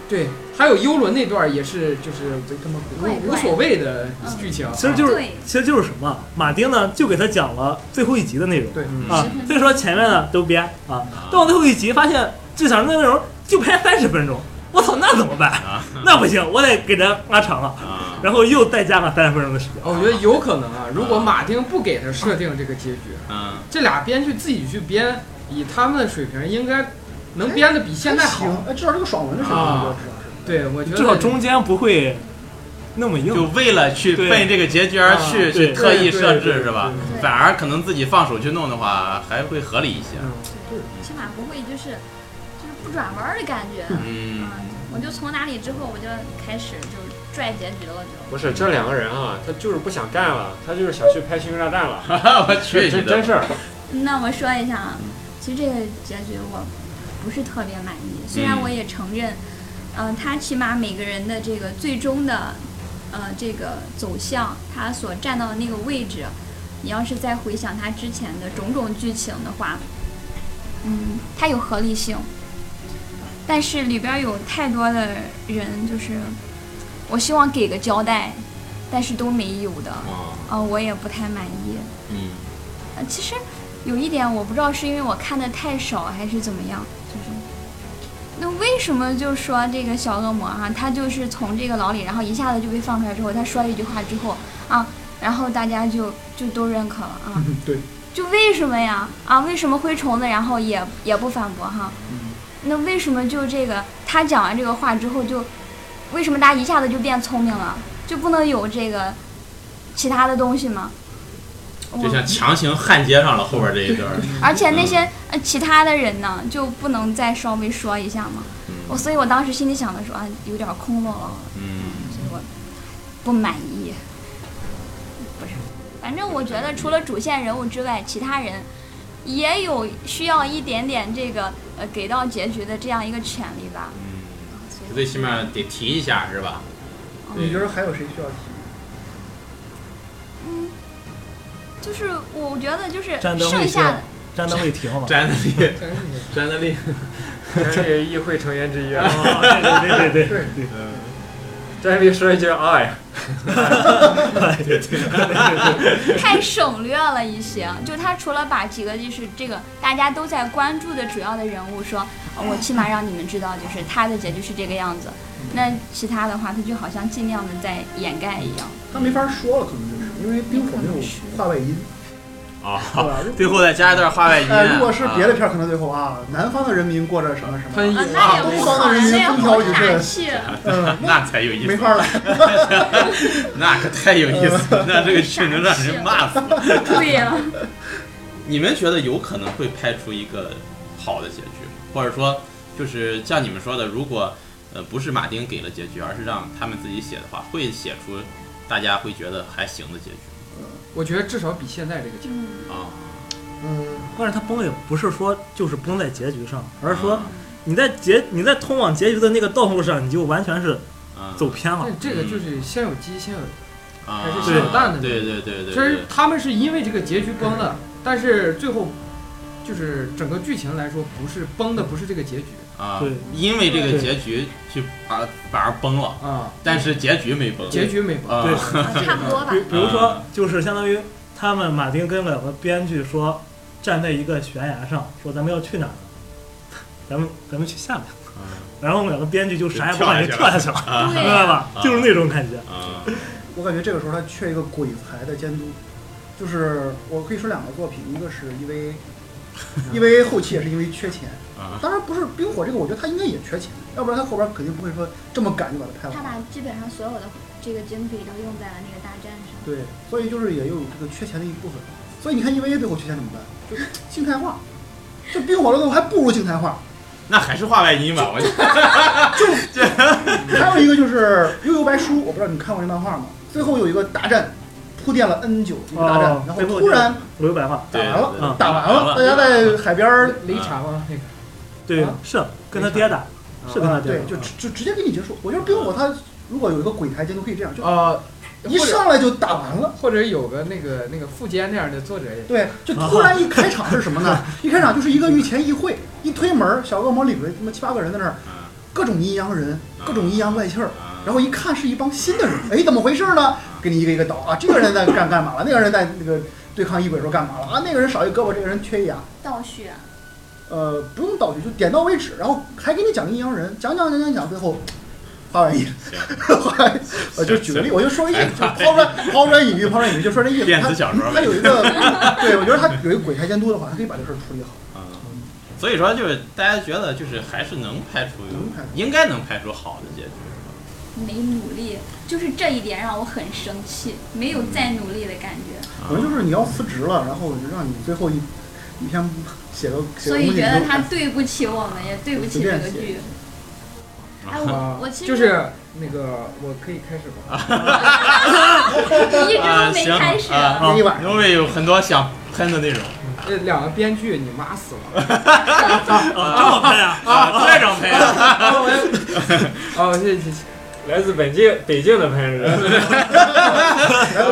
S4: 对，还有幽伦那段也是就是
S5: 贼他妈酷
S2: 怪
S4: 无无所谓的剧情，
S6: 其实就是
S2: 对
S6: 其实就是什么，马丁呢就给他讲了最后一集的内容。
S5: 对，
S1: 嗯
S6: 啊，所以说前面呢都编啊，到最后一集发现这场内容就拍三十分钟，我操，那怎么办？
S1: 啊
S6: 那不行，我得给它拉长了，
S1: 啊，
S6: 然后又再加上三十分钟的时间。
S4: 哦，我觉得有可能啊，如果马丁不给他设定这个结局，
S1: 嗯，
S4: 这俩编剧自己去编，以他们的水平应该能编的比现在
S5: 还行
S4: 好。，
S5: 哎，至少这个爽文的水平，
S4: 啊
S5: 我知道是。
S4: 对，我觉得
S6: 至少中间不会那么
S1: 就
S6: 硬。
S1: 为了去
S6: 对
S1: 奔这个结局而去去
S6: 啊对
S1: 特意
S4: 对对
S1: 设
S4: 对
S1: 置是吧
S4: 对？
S2: 对
S1: 反而可能自己放手去弄的话，还会合理一些。
S2: 起码不会就是就是不转弯儿的感觉。
S1: 嗯
S2: 啊，我就从哪里之后我就开始就拽结局了，就
S3: 不是这两个人啊，他就是不想干了，他就是想去拍《星球大战》了，
S1: 我去
S3: 这
S1: 你
S3: 真真
S1: 的！
S3: 事儿。
S2: 那我说一下啊，其实这个结局我不是特别满意，虽然
S1: 嗯
S2: 我也承认，嗯、他起码每个人的这个最终的，呃，这个走向，他所站到的那个位置，你要是再回想他之前的种种剧情的话，嗯，它有合理性，但是里边儿有太多的人，就是我希望给个交代，但是都没有的，
S1: 哦
S2: 嗯、我也不太满意。
S1: 嗯
S2: 呃，其实有一点我不知道是因为我看的太少还是怎么样，就是那为什么就说这个小恶魔啊，他就是从这个牢里，然后一下子就被放出来之后，他说了一句话之后啊，然后大家就就都认可了啊，
S5: 嗯，对，
S2: 就为什么呀？啊，为什么灰虫子然后也也不反驳哈？
S5: 嗯
S2: 那为什么就这个他讲完这个话之后就，为什么大家一下子就变聪明了？就不能有这个其他的东西吗？我
S1: 就像强行焊接上了后边这一段儿。
S2: 而且那些呃其他的人呢，就不能再稍微说一下吗？我
S1: 嗯
S2: 所以，我当时心里想的说啊，有点空落落，
S1: 嗯，
S2: 所以我不满意。不是，反正我觉得除了主线人物之外，其他人也有需要一点点这个呃给到结局的这样一个权利吧。
S1: 嗯
S2: 所以
S1: 最起码得提一下是吧？
S5: 你觉
S1: 对，
S5: 得还有谁需要提？
S2: 嗯，就是我觉得就是
S6: 战斗
S2: 剩
S6: 力是
S2: 下的
S6: 战斗力挺好。
S1: 詹德利，
S4: 真是
S1: 詹德利，
S3: 真是议会成员之一 啊！
S6: 哦对对对对对
S3: 詹丽说一句哎，
S2: 太省略了一些，就他除了把几个就是这个大家都在关注的主要的人物说呃我起码让你们知道，就是他的结局是这个样子。那其他的话，他就好像尽量的在掩盖一样。
S5: 他没法说了，可能就是因为冰火没有话外音，
S1: 啊、
S5: 对吧？如
S1: 最后再加一段话外音、
S5: 呃，如果是别的
S1: 啊
S5: 片儿，可能最后啊，南方的人民过着什么什么，
S4: 分一
S5: 啊
S4: 啊
S2: 那也
S5: 东
S2: 无
S5: 方
S2: 所
S5: 的
S2: 谓，
S5: 人
S2: 那
S5: 民
S2: 也
S5: 风调
S2: 好
S5: 一
S2: 打
S5: 致，
S2: 气。
S5: 嗯，
S1: 啊那才有意思，
S5: 没法儿来。
S1: 那可太有意思了，那这个剧能让人骂死。
S2: 对啊呀、
S1: 你们觉得有可能会拍出一个好的结局，或者说就是像你们说的，如果呃不是马丁给了结局，而是让他们自己写的话，会写出大家会觉得还行的结局
S4: 我觉得至少比现在这个强。
S2: 嗯，
S1: 啊？
S5: 嗯，
S6: 关键他崩也不是说就是崩在结局上，而是
S1: 啊
S6: 说你在结你在通往结局的那个道路上，你就完全是
S1: 啊
S6: 走偏了。
S4: 但这个就是先有鸡先有
S1: 啊
S4: 还是小蛋的
S1: 对对对对
S4: 其
S1: 对
S4: 实，他们是因为这个结局崩的，但是最后就是整个剧情来说，不是崩的，不是这个结局
S1: 啊
S6: 对，
S1: 因为这个
S6: 对
S1: 结局去把反而崩了，
S4: 啊，
S1: 但是结局没崩，
S4: 结局没崩。
S1: 啊
S6: 对
S2: 差不多吧
S6: 比。比如说
S1: 啊，
S6: 就是相当于他们马丁跟两个编剧说，站在一个悬崖上，说咱们要去哪儿？咱们咱们去下面。
S1: 啊
S6: 然后两个编剧就啥也不干，就
S1: 就
S6: 跳
S1: 跳下
S6: 下
S1: 去
S6: 去了，
S2: 对
S6: 明白吧？
S1: 啊
S6: 就是那种感觉。
S1: 啊
S5: 我感觉这个时候他缺一个鬼才的监督，就是我可以说两个作品，一个是因 为。因为后期也是因为缺 钱，
S1: 啊
S5: 当然不是冰火这个，我觉得他应该也缺钱，要不然他后边肯定不会说这么赶就把它拍
S2: 他
S5: 完。
S2: 把基本上所有的这个经费都用在了那个大战上。
S5: 对，所以就是也有这个缺钱的一部分。所以你看 EVA 最后缺钱怎么办？就静态化，这冰火乱斗还不如静态化。
S1: 那还是话外音吧，我觉得
S5: 还有一个就是《悠悠白书》，我不知道你看过这漫画吗？最后有一个大战，铺垫了 N 久一个大战，
S6: 哦
S5: 然
S6: 最
S5: 后
S6: 后
S5: 突然
S6: 留白话，
S5: 打
S1: 对对
S5: 完了啊
S1: 对，
S5: 打完了，大家在海边儿，
S4: 雷查吗？那个
S6: 对
S4: 啊，
S6: 是跟他爹打，是跟他
S5: 啊
S6: 爹
S5: 对，就
S6: 打。
S5: 直就直接给你结束。我觉得冰火它如果有一个鬼台监督可以这样，就
S4: 啊，或
S5: 一
S4: 者
S5: 上来就打完了。
S4: 或者有个那个那个富坚那样的作者也
S5: 对，就突然一开场是什么 呢？一开场就是一个御前议会，一推门，小恶魔领着他妈七八个人在那儿，
S1: 啊
S5: 各种阴阳人，各种阴阳怪气儿，然后一看是一帮新的人，哎，怎么回事呢？给你一个一个倒啊，这个人在干干嘛了？那个人在那个对抗异鬼时候干嘛了？啊，那个人少一胳膊，这个人缺一牙。
S2: 倒叙啊，
S5: 呃，不用倒叙，就点到为止，然后还给你讲阴阳人，讲讲讲讲讲，最后花完一， 花完，我就举个例，我就说一，就抛砖抛砖引玉，抛砖引玉，就说这意思。
S1: 哎电子小说
S5: 他他有一个，对我觉得他有一个鬼才监督的话，他可以把这事儿处理好。
S1: 啊。所以说，就是大家觉得，就是还是能拍出
S5: 能拍出，
S1: 应该能拍出好的结局。
S2: 没努力，就是这一点让我很生气，没有再努力的感觉，
S1: 啊
S5: 可能就是你要辞职了，然后就让你最后一一篇写个写个
S2: 所
S5: 东西
S2: 以觉
S5: 你
S2: 得
S5: 就
S2: 他对不起我们，也对不起这个
S1: 啊
S5: 随便
S2: 剧
S5: 写。
S2: 哎，
S4: 啊
S2: 我我其实
S4: 就是那个我可以开始吧。
S2: 一直
S1: 啊，
S2: 都没
S1: 行
S2: 开始。
S1: 啊，
S5: 那一晚上
S1: 因为有很多想喷的内容
S4: 这两个编剧你妈死了。
S6: 啊，这么拍呀？
S1: 啊，再整喷啊，
S4: 哦，谢谢谢谢。
S3: 来自北京北京的喷 人，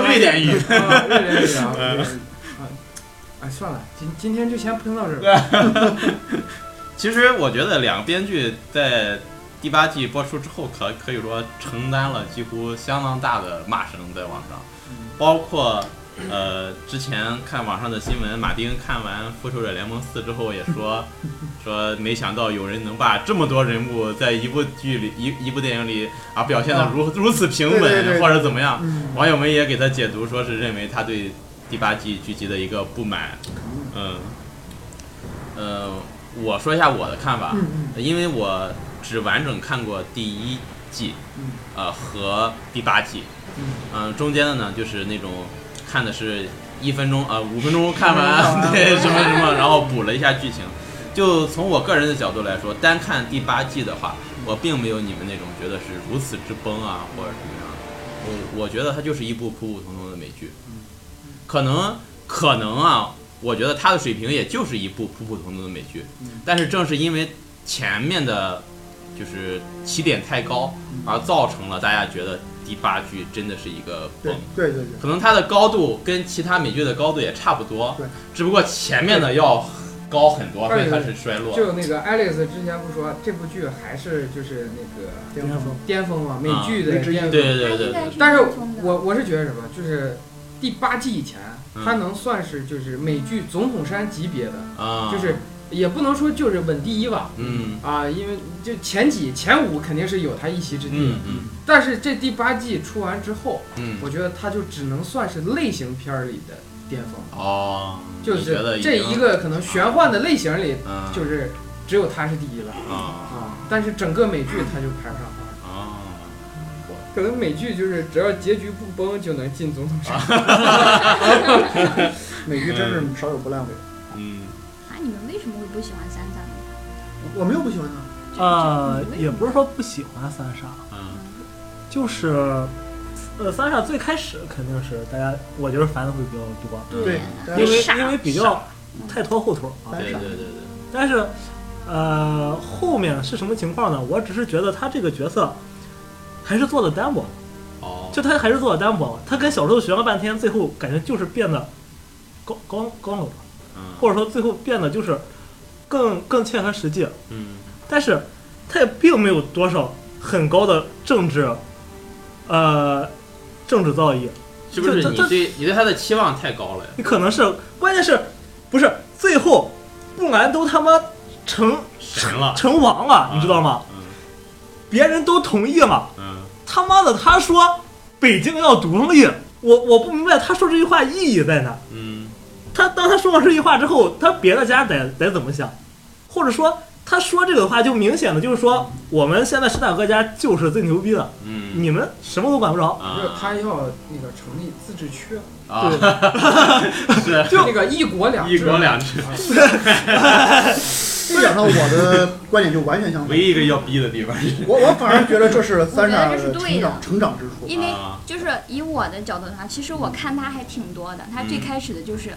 S1: 瑞典语。
S4: 啊，认认认啊认认！啊，哎，算了，今今天就先喷到这儿吧。
S1: 其实我觉得两个编剧在第八季播出之后可，可以说承担了几乎相当大的骂声在网上，
S5: 嗯
S1: 包括呃之前看网上的新闻，马丁看完《复仇者联盟四》之后也说 说没想到有人能把这么多人物在一部剧里一一部电影里啊表现的如、如此平稳
S5: 对对对对
S1: 或者怎么样，
S5: 嗯
S1: 网友们也给他解读说是认为他对第八季剧集的一个不满，嗯，呃，我说一下我的看法，
S5: 嗯嗯
S1: 因为我只完整看过第一季，
S5: 嗯
S1: 呃和第八季，
S5: 嗯
S1: 呃中间的呢就是那种看的是一分钟呃五分钟啊看完
S5: 看，完
S1: 对什么什么，然后补了一下剧情。就从我个人的角度来说，单看第八季的话，我并没有你们那种觉得是如此之崩啊或者什么样。我我觉得它就是一部普普通通的美剧，可能可能啊，我觉得它的水平也就是一部普普通通的美剧，但是正是因为前面的，就是起点太高，而造成了大家觉得第八剧真的是一个
S5: 对
S1: 崩。
S5: 对对对。
S1: 可能它的高度跟其他美剧的高度也差不多
S5: 对，
S1: 只不过前面的要高很多，所
S4: 对
S1: 以
S4: 对
S1: 它
S4: 对
S1: 是衰落。
S4: 就那个 Alex 之前不说，这部剧还是就是那个
S5: 巅峰
S4: 巅峰嘛，美剧
S5: 啊
S4: 的
S5: 没之一
S4: 巅峰。
S1: 对对对
S2: 他
S1: 对
S2: 应该
S1: 对，
S2: 是
S4: 但是
S2: 普通的
S4: 我我是觉得什么，就是第八季以前
S1: 嗯，
S4: 它能算是就是美剧总统山级别的，
S1: 啊，
S4: 就是也不能说就是稳第一吧，
S1: 嗯
S4: 啊，因为就前几前五肯定是有他一席之地的，
S1: 嗯嗯
S4: 但是这第八季出完之后，
S1: 嗯，
S4: 我觉得他就只能算是类型片儿里的巅峰，
S1: 哦，
S4: 就
S1: 你觉得
S4: 是
S1: 已
S4: 这
S1: 经
S4: 一，个可能玄幻的类型里，
S1: 嗯，
S4: 就是是只有他是第一了
S1: 啊
S4: 啊，但是整个美剧他就排不上号。
S1: 啊，
S4: 可能美剧就是只要结局不崩就能进总统山。
S1: 啊
S5: 美剧真是少有不烂尾。
S1: 嗯
S2: 啊，你们为什么会不喜欢三三呢？
S5: 我没有不喜欢他，
S1: 啊
S6: 呃，也不是说不喜欢三傻，
S1: 嗯
S6: 就是，呃，三傻最开始肯定是大家，我觉得烦的会比较多，
S5: 对，但
S6: 因
S5: 是
S6: 为
S2: 嗯傻
S6: 因为比较太拖后腿儿
S4: 嗯
S6: 啊。
S1: 对
S5: 对
S1: 对
S5: 对
S1: 对
S5: 对
S1: 对，
S6: 但是，呃，后面是什么情况呢？我只是觉得他这个角色还是做的单薄，
S1: 哦，
S6: 就他还是做的单薄。他跟小时候学了半天，最后感觉就是变得高高高冷了，
S1: 嗯
S6: 或者说最后变得就是更更切合实际。
S1: 嗯
S6: 但是他也并没有多少很高的政治，呃，政治造诣。
S1: 是不是
S6: 这
S1: 你
S6: 这
S1: 对你对他的期望太高了呀？
S6: 你可能是，关键是，不是最后布兰都他妈成
S1: 神 了，
S6: 成王了，你知道吗？
S1: 嗯？
S6: 别人都同意了，
S1: 嗯
S6: 他妈的他说北京要独立，我我不明白他说这句话意义在哪。
S1: 嗯
S6: 他当他说完这句话之后，他别的家得得怎么想，或者说他说这个话就明显的就是说，我们现在史塔克家就是最牛逼的，
S1: 嗯，
S6: 你们什么都管不着。
S1: 啊
S4: 就是他要那个成立自治区，
S1: 啊， 是
S4: 就那个一国两制。
S1: 一国两 制，
S5: 这点上我的观点就完全相反
S1: 唯。一一个要逼的地方。
S5: 我我反而觉得这是三傻
S2: 我觉得这是
S5: 的
S2: 对
S5: 成
S2: 的
S5: 长成长之处。
S2: 因为
S1: 啊
S2: 就是以我的角度的话，其实我看他还挺多的。他最
S1: 嗯
S2: 开始的就是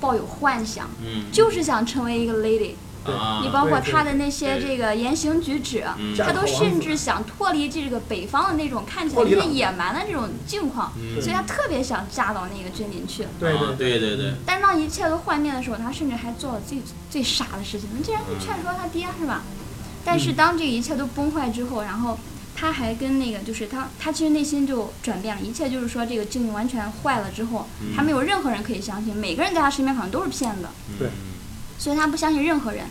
S2: 抱有幻想，
S1: 嗯，
S2: 就是想成为一个 lady。
S1: 啊
S2: 你包括
S5: 对对
S2: 他的那些这个言行举止，
S1: 嗯
S5: 嫁
S2: 他
S5: 给
S2: 都
S5: 王
S2: 甚
S5: 子
S2: 至想脱离这个北方的那种看起来
S5: 脱离
S2: 越
S5: 了
S2: 野蛮的这种境况，
S1: 嗯
S2: 所以他特别想嫁到那个军营去。
S5: 对
S1: 啊
S5: 对
S1: 对对对，
S2: 但当一切都幻灭的时候，他甚至还做了最最傻的事情，他竟然去劝说他爹，是吧？但是当这一切都崩坏之后，然后他还跟那个就是他，他其实内心就转变了，一切就是说这个境遇完全坏了之后，
S1: 嗯
S2: 他没有任何人可以相信，每个人在他身边好像都是骗子，
S5: 对
S1: 嗯
S2: 所以他不相信任何人。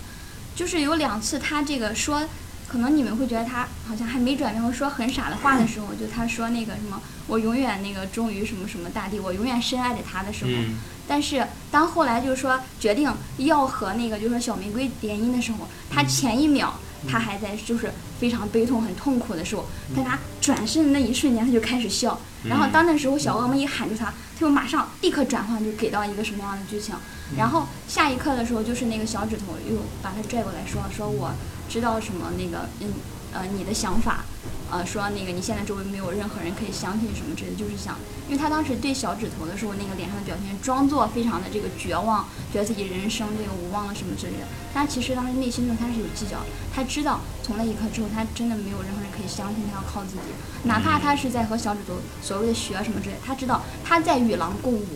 S2: 就是有两次他这个说，可能你们会觉得他好像还没转变，会说很傻的话的时候，就他说那个什么，我永远那个忠于什么什么大地，我永远深爱着他的时候。
S1: 嗯
S2: 但是当后来就是说决定要和那个就是说小玫瑰联姻的时候，他前一秒他还在就是非常悲痛、很痛苦的时候，但他转身的那一瞬间他就开始笑，然
S1: 嗯
S2: 后当那时候小恶魔一喊住他，他就马上立刻转换，就给到一个什么样的剧情。然后下一刻的时候，就是那个小指头又把他拽过来说：“说我知道什么那个嗯呃你的想法，呃说那个你现在周围没有任何人可以相信什么之类的，就是想，因为他当时对小指头的时候那个脸上的表情，装作非常的这个绝望，觉得自己人生这个无望了什么之类的。但其实当时内心中他是有计较，他知道从那一刻之后，他真的没有任何人可以相信他要靠自己，
S6: 嗯
S2: 哪怕他是在和小指头所谓的学什么之类的，他知道他在与狼共舞。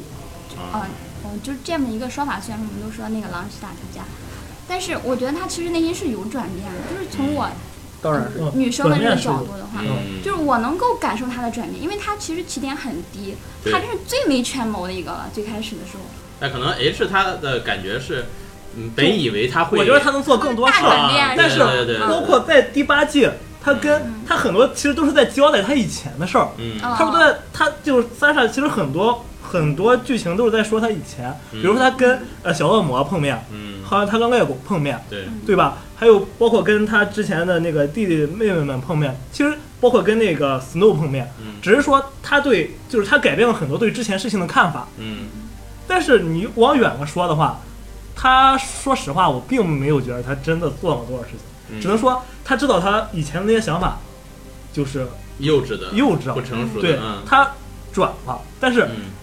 S1: 啊
S2: 啊，嗯，就是这么一个说法。虽然我们都说那个狼是大头家，但是我觉得他其实内心是有转变的，就是从我
S5: 当然是
S6: 嗯
S2: 女生的
S6: 转
S2: 这个
S6: 变是
S2: 角度的话，
S1: 嗯
S2: 啊就是我能够感受他的转变，因为他其实起点很低，
S1: 对
S2: 他真是最没权谋的一个了。最开始的时候，
S1: 那可能 H 他的感觉是，嗯，本以为他会，
S6: 我觉得他能做更多事儿，
S2: 大转变
S1: 啊
S6: 但
S1: 对对对
S6: 是
S1: 对
S6: 包括在第八季，他
S2: 嗯
S6: 跟他很多其实都是在交代他以前的事儿。
S1: 嗯
S2: 啊
S6: 他不在，他就是三傻，其实很多很多剧情都是在说他以前，比如说他跟呃小恶魔碰面，
S1: 嗯，
S6: 好像他跟外骨碰面，
S1: 对，
S6: 对吧？还有包括跟他之前的那个弟弟妹妹们碰面，其实包括跟那个 Snow 碰面，
S1: 嗯
S6: 只是说他对就是他改变了很多对之前事情的看法。
S1: 嗯
S6: 但是你往远了说的话，他说实话，我并没有觉得他真的做了多少事情，
S1: 嗯，
S6: 只能说他知道他以前的那些想法就是
S1: 幼稚的，
S6: 幼稚
S1: 不
S6: 了，
S1: 成熟的，
S6: 对
S1: 嗯
S6: 他转了，但是。
S1: 嗯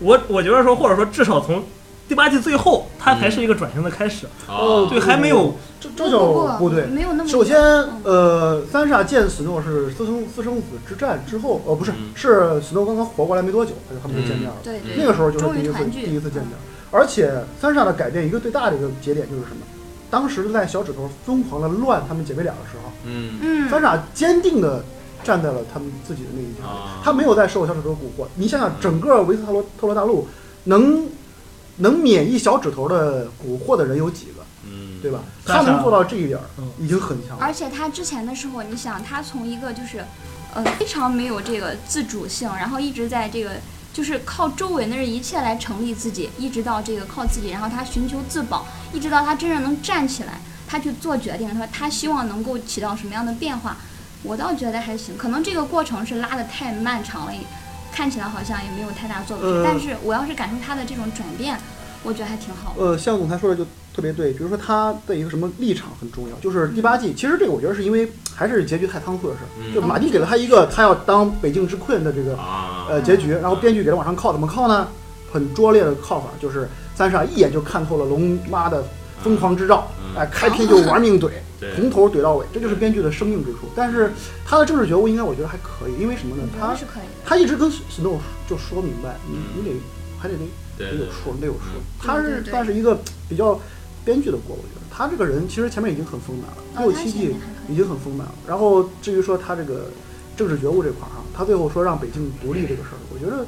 S6: 我我觉得说，或者说至少从第八季最后，它才是一个转型的开始。
S1: 哦
S6: 对，还没有
S5: 这这
S2: 不
S5: 就不对。
S2: 没有那么
S5: 首先
S2: 嗯，
S5: 呃，三傻见死诺是私生私生子之战之后，哦，不是
S1: 嗯，
S5: 是死诺刚刚活过来没多久，他就他们就见面了。
S2: 对对
S5: 那个时候就是
S2: 终于
S5: 第一次
S2: 团聚嗯
S5: 第一次见面，而且三傻的改变一个最大的一个节点就是什么？当时在小指头疯狂的乱他们姐妹俩的时候，
S1: 嗯
S2: 嗯，
S5: 三傻坚定的站在了他们自己的那一条，
S1: 啊，
S5: 他没有再受小指头的蛊惑。你想想，整个维斯特罗特罗大陆能能免疫小指头的蛊惑的人有几个？
S1: 嗯
S5: 对吧？
S6: 但
S5: 他
S6: 是
S5: 能做到这一点儿
S6: 嗯，
S5: 已经很强了。
S2: 而且他之前的时候，你想他从一个就是，呃，非常没有这个自主性，然后一直在这个就是靠周围的这一切来成立自己，一直到这个靠自己，然后他寻求自保，一直到他真正能站起来，他去做决定，说他希望能够起到什么样的变化，我倒觉得还行，可能这个过程是拉得太漫长了，也看起来好像也没有太大作为，
S5: 呃
S2: 但是我要是感受他的这种转变，我觉得还挺好的。
S5: 呃，像总裁说的就特别对，比如说他的一个什么立场很重要，就是第八季，其实这个我觉得是因为还是结局太仓促的事儿，
S1: 嗯
S5: 就马蒂给了他一个他要当北境之困的这个
S3: 啊，
S1: 嗯
S5: 呃结局，然后编剧给他往上靠，怎么靠呢？很拙劣的靠法，就是三傻一眼就看透了龙妈的疯狂之兆，
S1: 嗯
S5: 哎、开篇就玩命怼，
S3: 对
S5: 从头怼到尾，这就是编剧的生命之处。但是他的政治觉悟应该我觉得还可以，因为什么呢
S2: 我？觉
S5: 他
S2: 得是可以的，
S5: 他一直跟史诺就说明白，你
S1: 嗯
S5: 你得还得得
S1: 对
S5: 得有数，得有数
S1: 嗯。
S5: 他
S2: 对
S5: 是
S2: 对对
S5: 算是一个比较编剧的锅，我觉得他这个人其实前面已经很丰满了，六
S2: 啊哦他
S5: 七
S2: 前
S5: 季
S2: 面还
S5: 已
S2: 可以。
S5: 经很丰满了。然后至于说他这个政治觉悟这块儿啊，他最后说让北京独立这个事儿，我觉得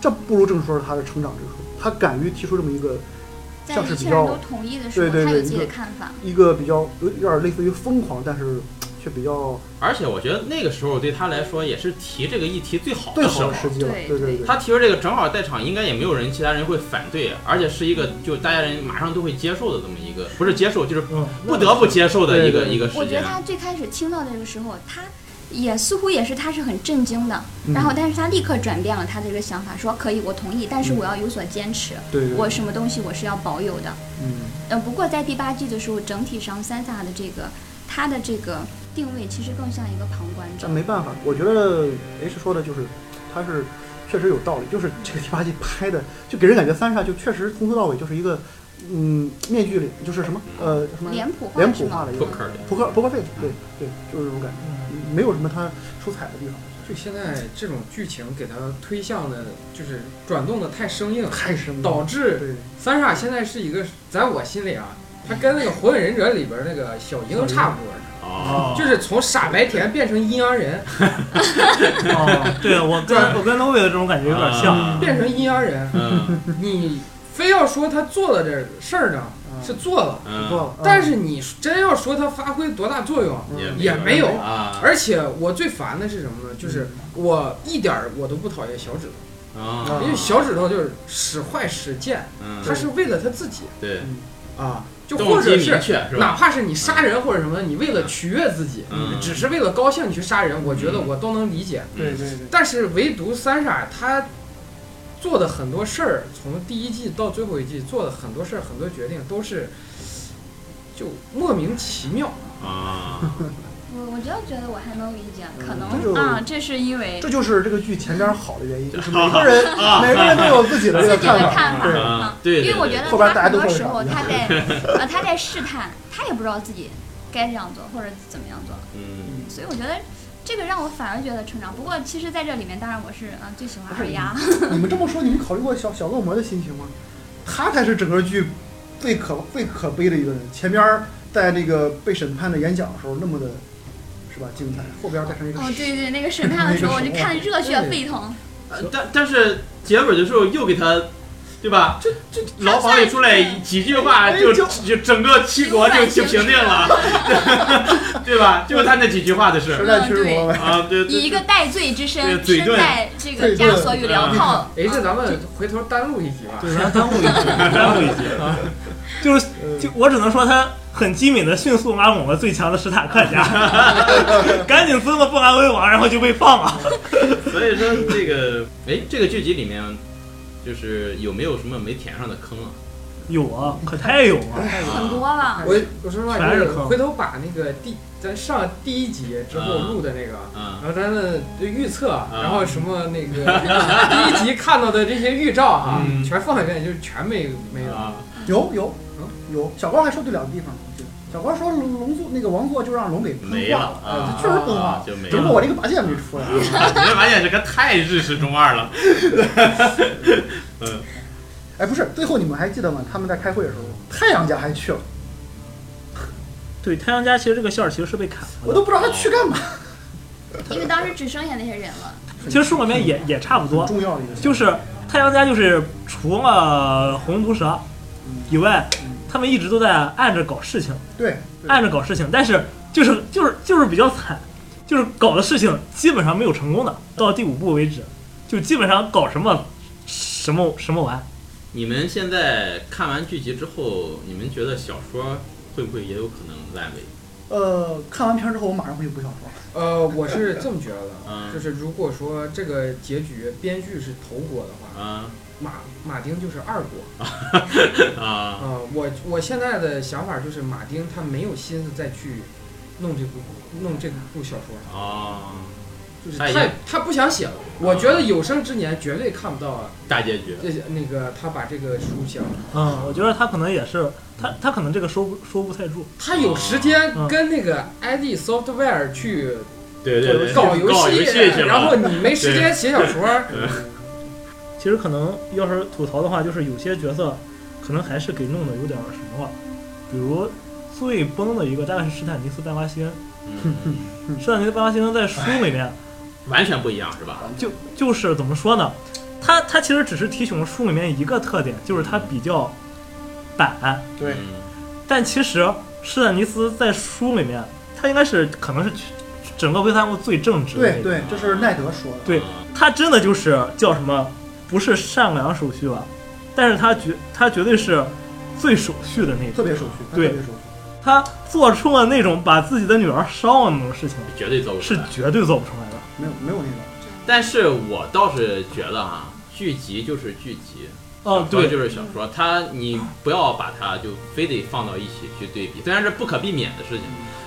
S5: 这不如正说是他的成长之处。他敢于提出这么一个
S2: 在
S5: 像是
S2: 一
S5: 比
S2: 切人
S5: 较
S2: 都同意的时候，
S5: 对对
S2: 他有
S5: 对
S2: 自己
S5: 一
S2: 的
S5: 个
S2: 看法。
S5: 一个比较有点儿类似于疯狂，但是却比较
S1: 而且我觉得那个时候对他来说也是提这个议题最好
S5: 最
S1: 的时
S5: 好
S1: 候
S5: 的。时机了。
S2: 对
S5: 对对
S2: 对
S1: 他提出这个正好在场，应该也没有人其他人会反对，而且是一个就大家人马上都会接受的这么一个，不是接受就是
S6: 嗯，
S1: 不得不接受的一个
S6: 对对
S1: 一个时
S2: 我觉
S1: 间
S2: 得。他最开始听到的这个时候，他也似乎也是他是很震惊的，
S5: 嗯
S2: 然后但是他立刻转变了他的这个想法，说可以，我同意，但是我要有所坚持，
S5: 对对，
S2: 我什么东西我是要保有的。
S5: 嗯。
S2: 呃，不过在第八季的时候，整体上三萨的这个他的这个定位其实更像一个旁观者
S5: 但。没办法，我觉得 H 说的就是，他是确实有道理，就是这个第八季拍的，就给人感觉三傻就确实从头到尾就是一个，嗯，面具里就是什么呃什么
S2: 脸谱化
S5: 脸
S2: 嗯是
S5: 谱化
S2: 吗？
S5: 的一
S1: 扑
S5: 个
S1: 克的，
S5: 扑克扑克 face，对对，就是这种感觉，
S6: 嗯
S5: 没有什么他出彩的地方，
S4: 就现在这种剧情给它推向的，就是转动的太生硬，
S5: 太深了。
S4: 导致
S5: 对，
S4: 三傻现在是一个，在我心里啊，他跟那个火影忍者里边那个小樱差不多，
S1: 哦
S3: 啊，
S4: 就是从傻白甜变成阴阳人，
S6: 哦，对我跟我跟 Novi 的这种感觉有点像，
S1: 啊
S4: 变成阴阳人。
S1: 嗯
S4: 你非要说他做了这事儿呢，是做了，
S5: 错
S1: 嗯，
S5: 了。
S4: 但是你真要说他发挥多大作用，也没有
S1: 啊
S4: 而且我最烦的是什么呢？
S1: 嗯
S4: 就是我一点儿我都不讨厌小指头，
S1: 啊，
S4: 因为小指头就是使坏使贱，
S1: 嗯
S4: 他是为了他自己
S1: 对，
S4: 啊，就
S1: 动
S4: 或
S1: 机
S4: 者
S1: 明
S4: 是
S1: 确是
S4: 哪
S1: 吧？
S4: 怕是你杀人或者什么，你为了取悦自己，
S1: 嗯
S4: 只是为了高兴你去杀人，我觉得我都能理解。
S5: 对对对，
S4: 但是唯独三傻他做的很多事儿，从第一季到最后一季做的很多事儿、很多决定都是就莫名其妙。
S1: 啊，
S2: 我我就觉得我还能理解，可能
S5: 嗯这就
S2: 啊，这是因为
S5: 这就是这个剧前边好的原因，就是每个人每个人都有自己的这个
S2: 自己的
S5: 看
S2: 看
S5: 法，
S2: 法
S5: 对，
S1: 啊对，
S2: 因为我觉
S1: 得
S2: 得
S5: 后边大
S2: 他
S5: 家
S2: 很
S5: 都
S2: 多
S5: 会
S2: 时候
S5: 忍
S2: 他在呃他在试探，他也不知道自己该这样做或者怎么样做，
S1: 嗯
S2: 所以我觉得这个让我反而觉得成长。不过其实在这里面，当然我是啊、呃最喜欢二丫，
S5: 你们这么说，你们考虑过小小恶魔的心情吗？他才是整个剧最可最可悲的一个人。前边儿在那个被审判的演讲的时候那么的，是吧？精彩，后边儿再上一个
S2: 哦对对，那个审判的时候我就看热血沸腾，
S1: 呃但但是结尾的时候又给他，对吧？
S4: 这这
S1: 牢房里出来几句话，就就整个七国就就平定了， 对吧？就是他那几句话的事
S5: 时代驱使我们。
S1: 啊，对
S2: 以一
S1: 对
S2: 个戴罪之
S1: 对
S2: 身，
S1: 嘴
S2: 身
S1: 遁
S2: 在这个枷锁与镣铐。
S4: 哎，这
S2: 啊
S4: 咱们回头单录一集吧。
S6: 对，咱耽误一集，耽误一集啊，就是就我只能说他很机敏的迅速拉拢了最强的史塔克家， 赶紧尊了布兰威王，然后就被放了。
S1: 所以说这个，哎，这个剧集里面就是有没有什么没填上的坑啊？
S6: 有啊，可太有啊，
S2: 很多 了，
S4: 我我说实话，
S6: 全
S4: 就是是
S6: 坑
S4: 回头把那个第咱上第一集之后录的那个。
S1: 啊
S4: 然后咱们就预测，然后什么那个 第一集看到的这些预兆哈、
S1: 嗯
S4: 全放一遍，就是全没没了。
S1: 啊，
S5: 有有
S4: 嗯
S5: 有，小高还说对两个地方。小高说龙龙座那个王座就让龙给喷
S1: 没
S5: 化
S1: 了
S5: 啊
S1: 啊，
S5: 这确实喷化了。
S1: 就没
S5: 只不
S1: 了。
S5: 过我这个拔剑没出 来。啊
S1: 你们发现这个太日式中二了，
S5: 哎，不是，最后你们还记得吗？他们在开会的时候，太阳家还去了，
S6: 对，太阳家其实这个线儿其实是被砍
S5: 我
S6: 了的，
S5: 都不知道他去干嘛。
S2: 因为当时只剩下那些人了。
S6: 其实书里面也也差不多
S5: 很，重要的一个，
S6: 就是太阳家就是除了红毒蛇，以外，他们一直都在暗着搞事情，
S5: 对，对
S6: 暗着搞事情，但是就是就是就是比较惨，就是搞的事情基本上没有成功的，到第五部为止，就基本上搞什么什么什么玩。
S1: 你们现在看完剧集之后，你们觉得小说会不会也有可能烂尾？
S5: 呃，看完片儿之后，我马上回去补小说。
S4: 呃，我是这么觉得的，啊
S1: 嗯
S4: 就是如果说这个结局编剧是头国的话，
S1: 啊
S4: 马马丁就是二国。
S1: 啊！
S4: 啊、我我现在的想法就是马丁他没有心思再去弄这部弄这部小说了，
S1: 哦，
S4: 就是
S1: 他已
S4: 他
S1: 经
S4: 他不想写了。我觉得有生之年绝对看不到
S1: 大结局。
S4: 这那个他把这个书写完。
S6: 嗯，我觉得他可能也是，他他可能这个收不收不太住。
S4: 他有时间
S1: 哦
S4: 跟那个 ID Software 去
S1: 对对对，
S4: 搞游
S1: 搞
S4: 戏，
S1: 戏去了。
S4: 然后你没时间写小说，
S6: 其实可能要是吐槽的话，就是有些角色可能还是给弄的有点儿什么了，比如最崩的一个大概是史坦尼斯·班巴辛，
S1: 嗯，
S6: 史坦尼斯·班巴辛在书里面
S1: 完全不一样是吧？
S6: 就就是怎么说呢？他他其实只是提取了书里面一个特点，就是他比较板，
S5: 对
S1: 嗯，
S6: 但其实施坦尼斯在书里面，他应该是可能是整个微三部最正直的那
S5: 对
S6: 个。
S5: 对，这是奈德说的。
S6: 对
S1: 啊
S6: 他真的就是叫什么，不是善良手续吧？但是他绝他绝对是最手续的那
S5: 特
S6: 个，
S5: 别手续，他特
S6: 对
S5: 别手续。
S6: 他做出了那种把自己的女儿烧了那种事情，
S1: 绝对做不出
S6: 是
S1: 来。
S6: 绝对做不出来的。
S5: 没有没有那个，
S1: 但是我倒是觉得哈，剧集就是剧集，
S6: 哦，
S1: 小说
S6: 对，
S1: 就是小说，它你不要把它就非得放到一起去对比，虽然是不可避免的事情，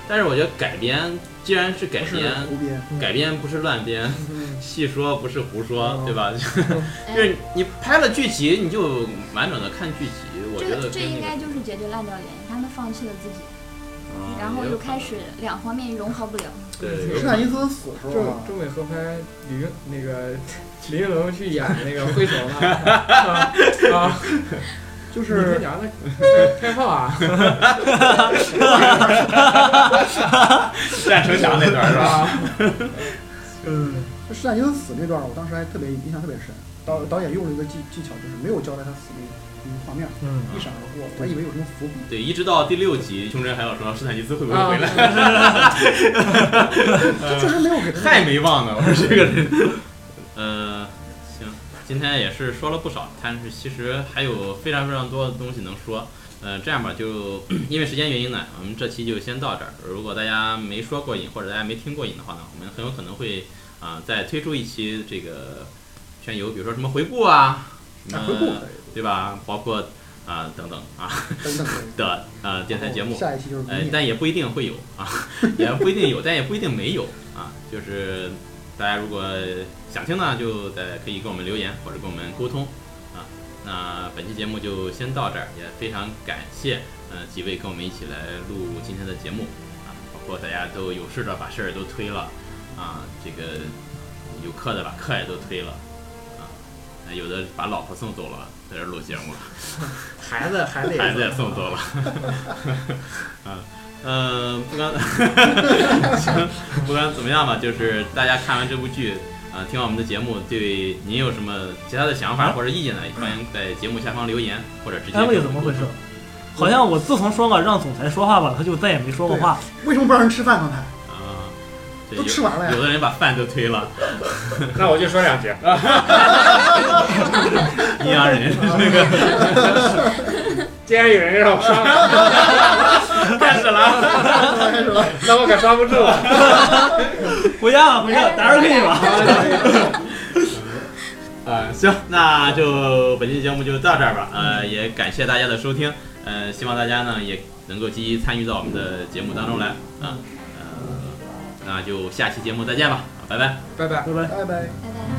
S1: 但是我觉得改编既然是改
S5: 不是嗯
S1: 编，
S5: 胡编。
S1: 改编不是乱编，
S4: 嗯
S1: 细说不是胡说
S6: 嗯，
S1: 对 吧？
S2: 哎
S1: 就是你拍了剧集，你就完整的看剧集，我
S2: 这
S1: 觉得
S2: 个这
S1: 跟
S2: 应
S1: 那
S2: 该
S1: 个，
S2: 就是解决烂掉的原因，他们放弃了自己，
S1: 嗯
S2: 然后
S1: 也有
S2: 就
S1: 可
S2: 开
S1: 能
S2: 始两方面融合不了。
S1: 对，有
S5: 施
S1: 可能
S5: 坦因斯死的时候
S4: 中
S5: 啊，
S4: 中美合拍李云那个 李云龙去演那个灰熊 了啊啊！
S5: 就
S4: 你他
S5: 是
S4: 娘的开炮啊！
S1: 战城墙那段是吧？
S4: 啊，
S6: 嗯，
S5: 施坦因斯死那段儿，我当时还特别印象特别深。导导演用了一个技技巧，就是没有交代他死那那个画面，
S6: 嗯，
S5: 一闪而过，我还以为有什么伏笔。
S1: 对，一直到第六集，胸针还要说斯坦尼斯会不
S2: 哦
S1: 会回来，呃
S5: 这确实没有给他
S1: 太没忘了，我说这个人。 呃，行，今天也是说了不少，但是其实还有非常非常多的东西能说。呃，这样吧，就 因为时间原因呢，我们这期就先到这儿。如果大家没说过瘾，或者大家没听过瘾的话呢，我们很有可能会啊、呃再推出一期这个全游，比如说什么回顾啊，什
S5: 啊
S1: 么
S5: 回顾
S1: 对吧？包括啊、等等啊
S5: 等等。
S1: 的呃电台节目。
S5: 下一期就是
S1: 呃
S5: 明，年。
S1: 但也不一定会有啊， 也不一定有，但也不一定没有啊。就是大家如果想听呢，就在可以跟我们留言或者跟我们沟通啊。那本期节目就先到这儿，也非常感谢呃几位跟我们一起来录今天的节目啊，包括大家都有事的把事儿都推了啊，这个有课的把课也都推了啊，那有的把老婆送走了，在这儿录节目了。
S4: 孩子孩子
S1: 孩子
S4: 也
S1: 也送走了。嗯嗯，不管不管怎么样吧，就是大家看完这部剧，啊、听完我们的节目，对您有什么其他的想法或者意见呢？欢迎在节目下方留言，或者直接跟
S6: 安
S1: 我们沟
S6: 慰怎
S1: 通。
S6: 么回事？好像我自从说了让总裁说话吧，他就再也没说过话。
S5: 为什么不让人吃饭？刚才
S1: 啊、这
S5: 都吃完了呀
S1: 有有的人把饭都推了，
S3: 那我就说两句。啊
S1: 阴阳人那个
S3: 既然有人让我刷，
S1: 开始了。
S5: 开始了。
S3: 那我可刷不住了。
S6: 回家吧，回家，打扰可以吧？
S1: 啊、行，那就本期节目就到这儿吧。呃，也感谢大家的收听，呃，希望大家呢也能够积极参与到我们的节目当中来啊、呃。那就下期节目再见吧，拜拜。
S4: 拜拜。
S6: 拜拜。
S4: 哎
S5: 拜拜。
S2: 拜拜。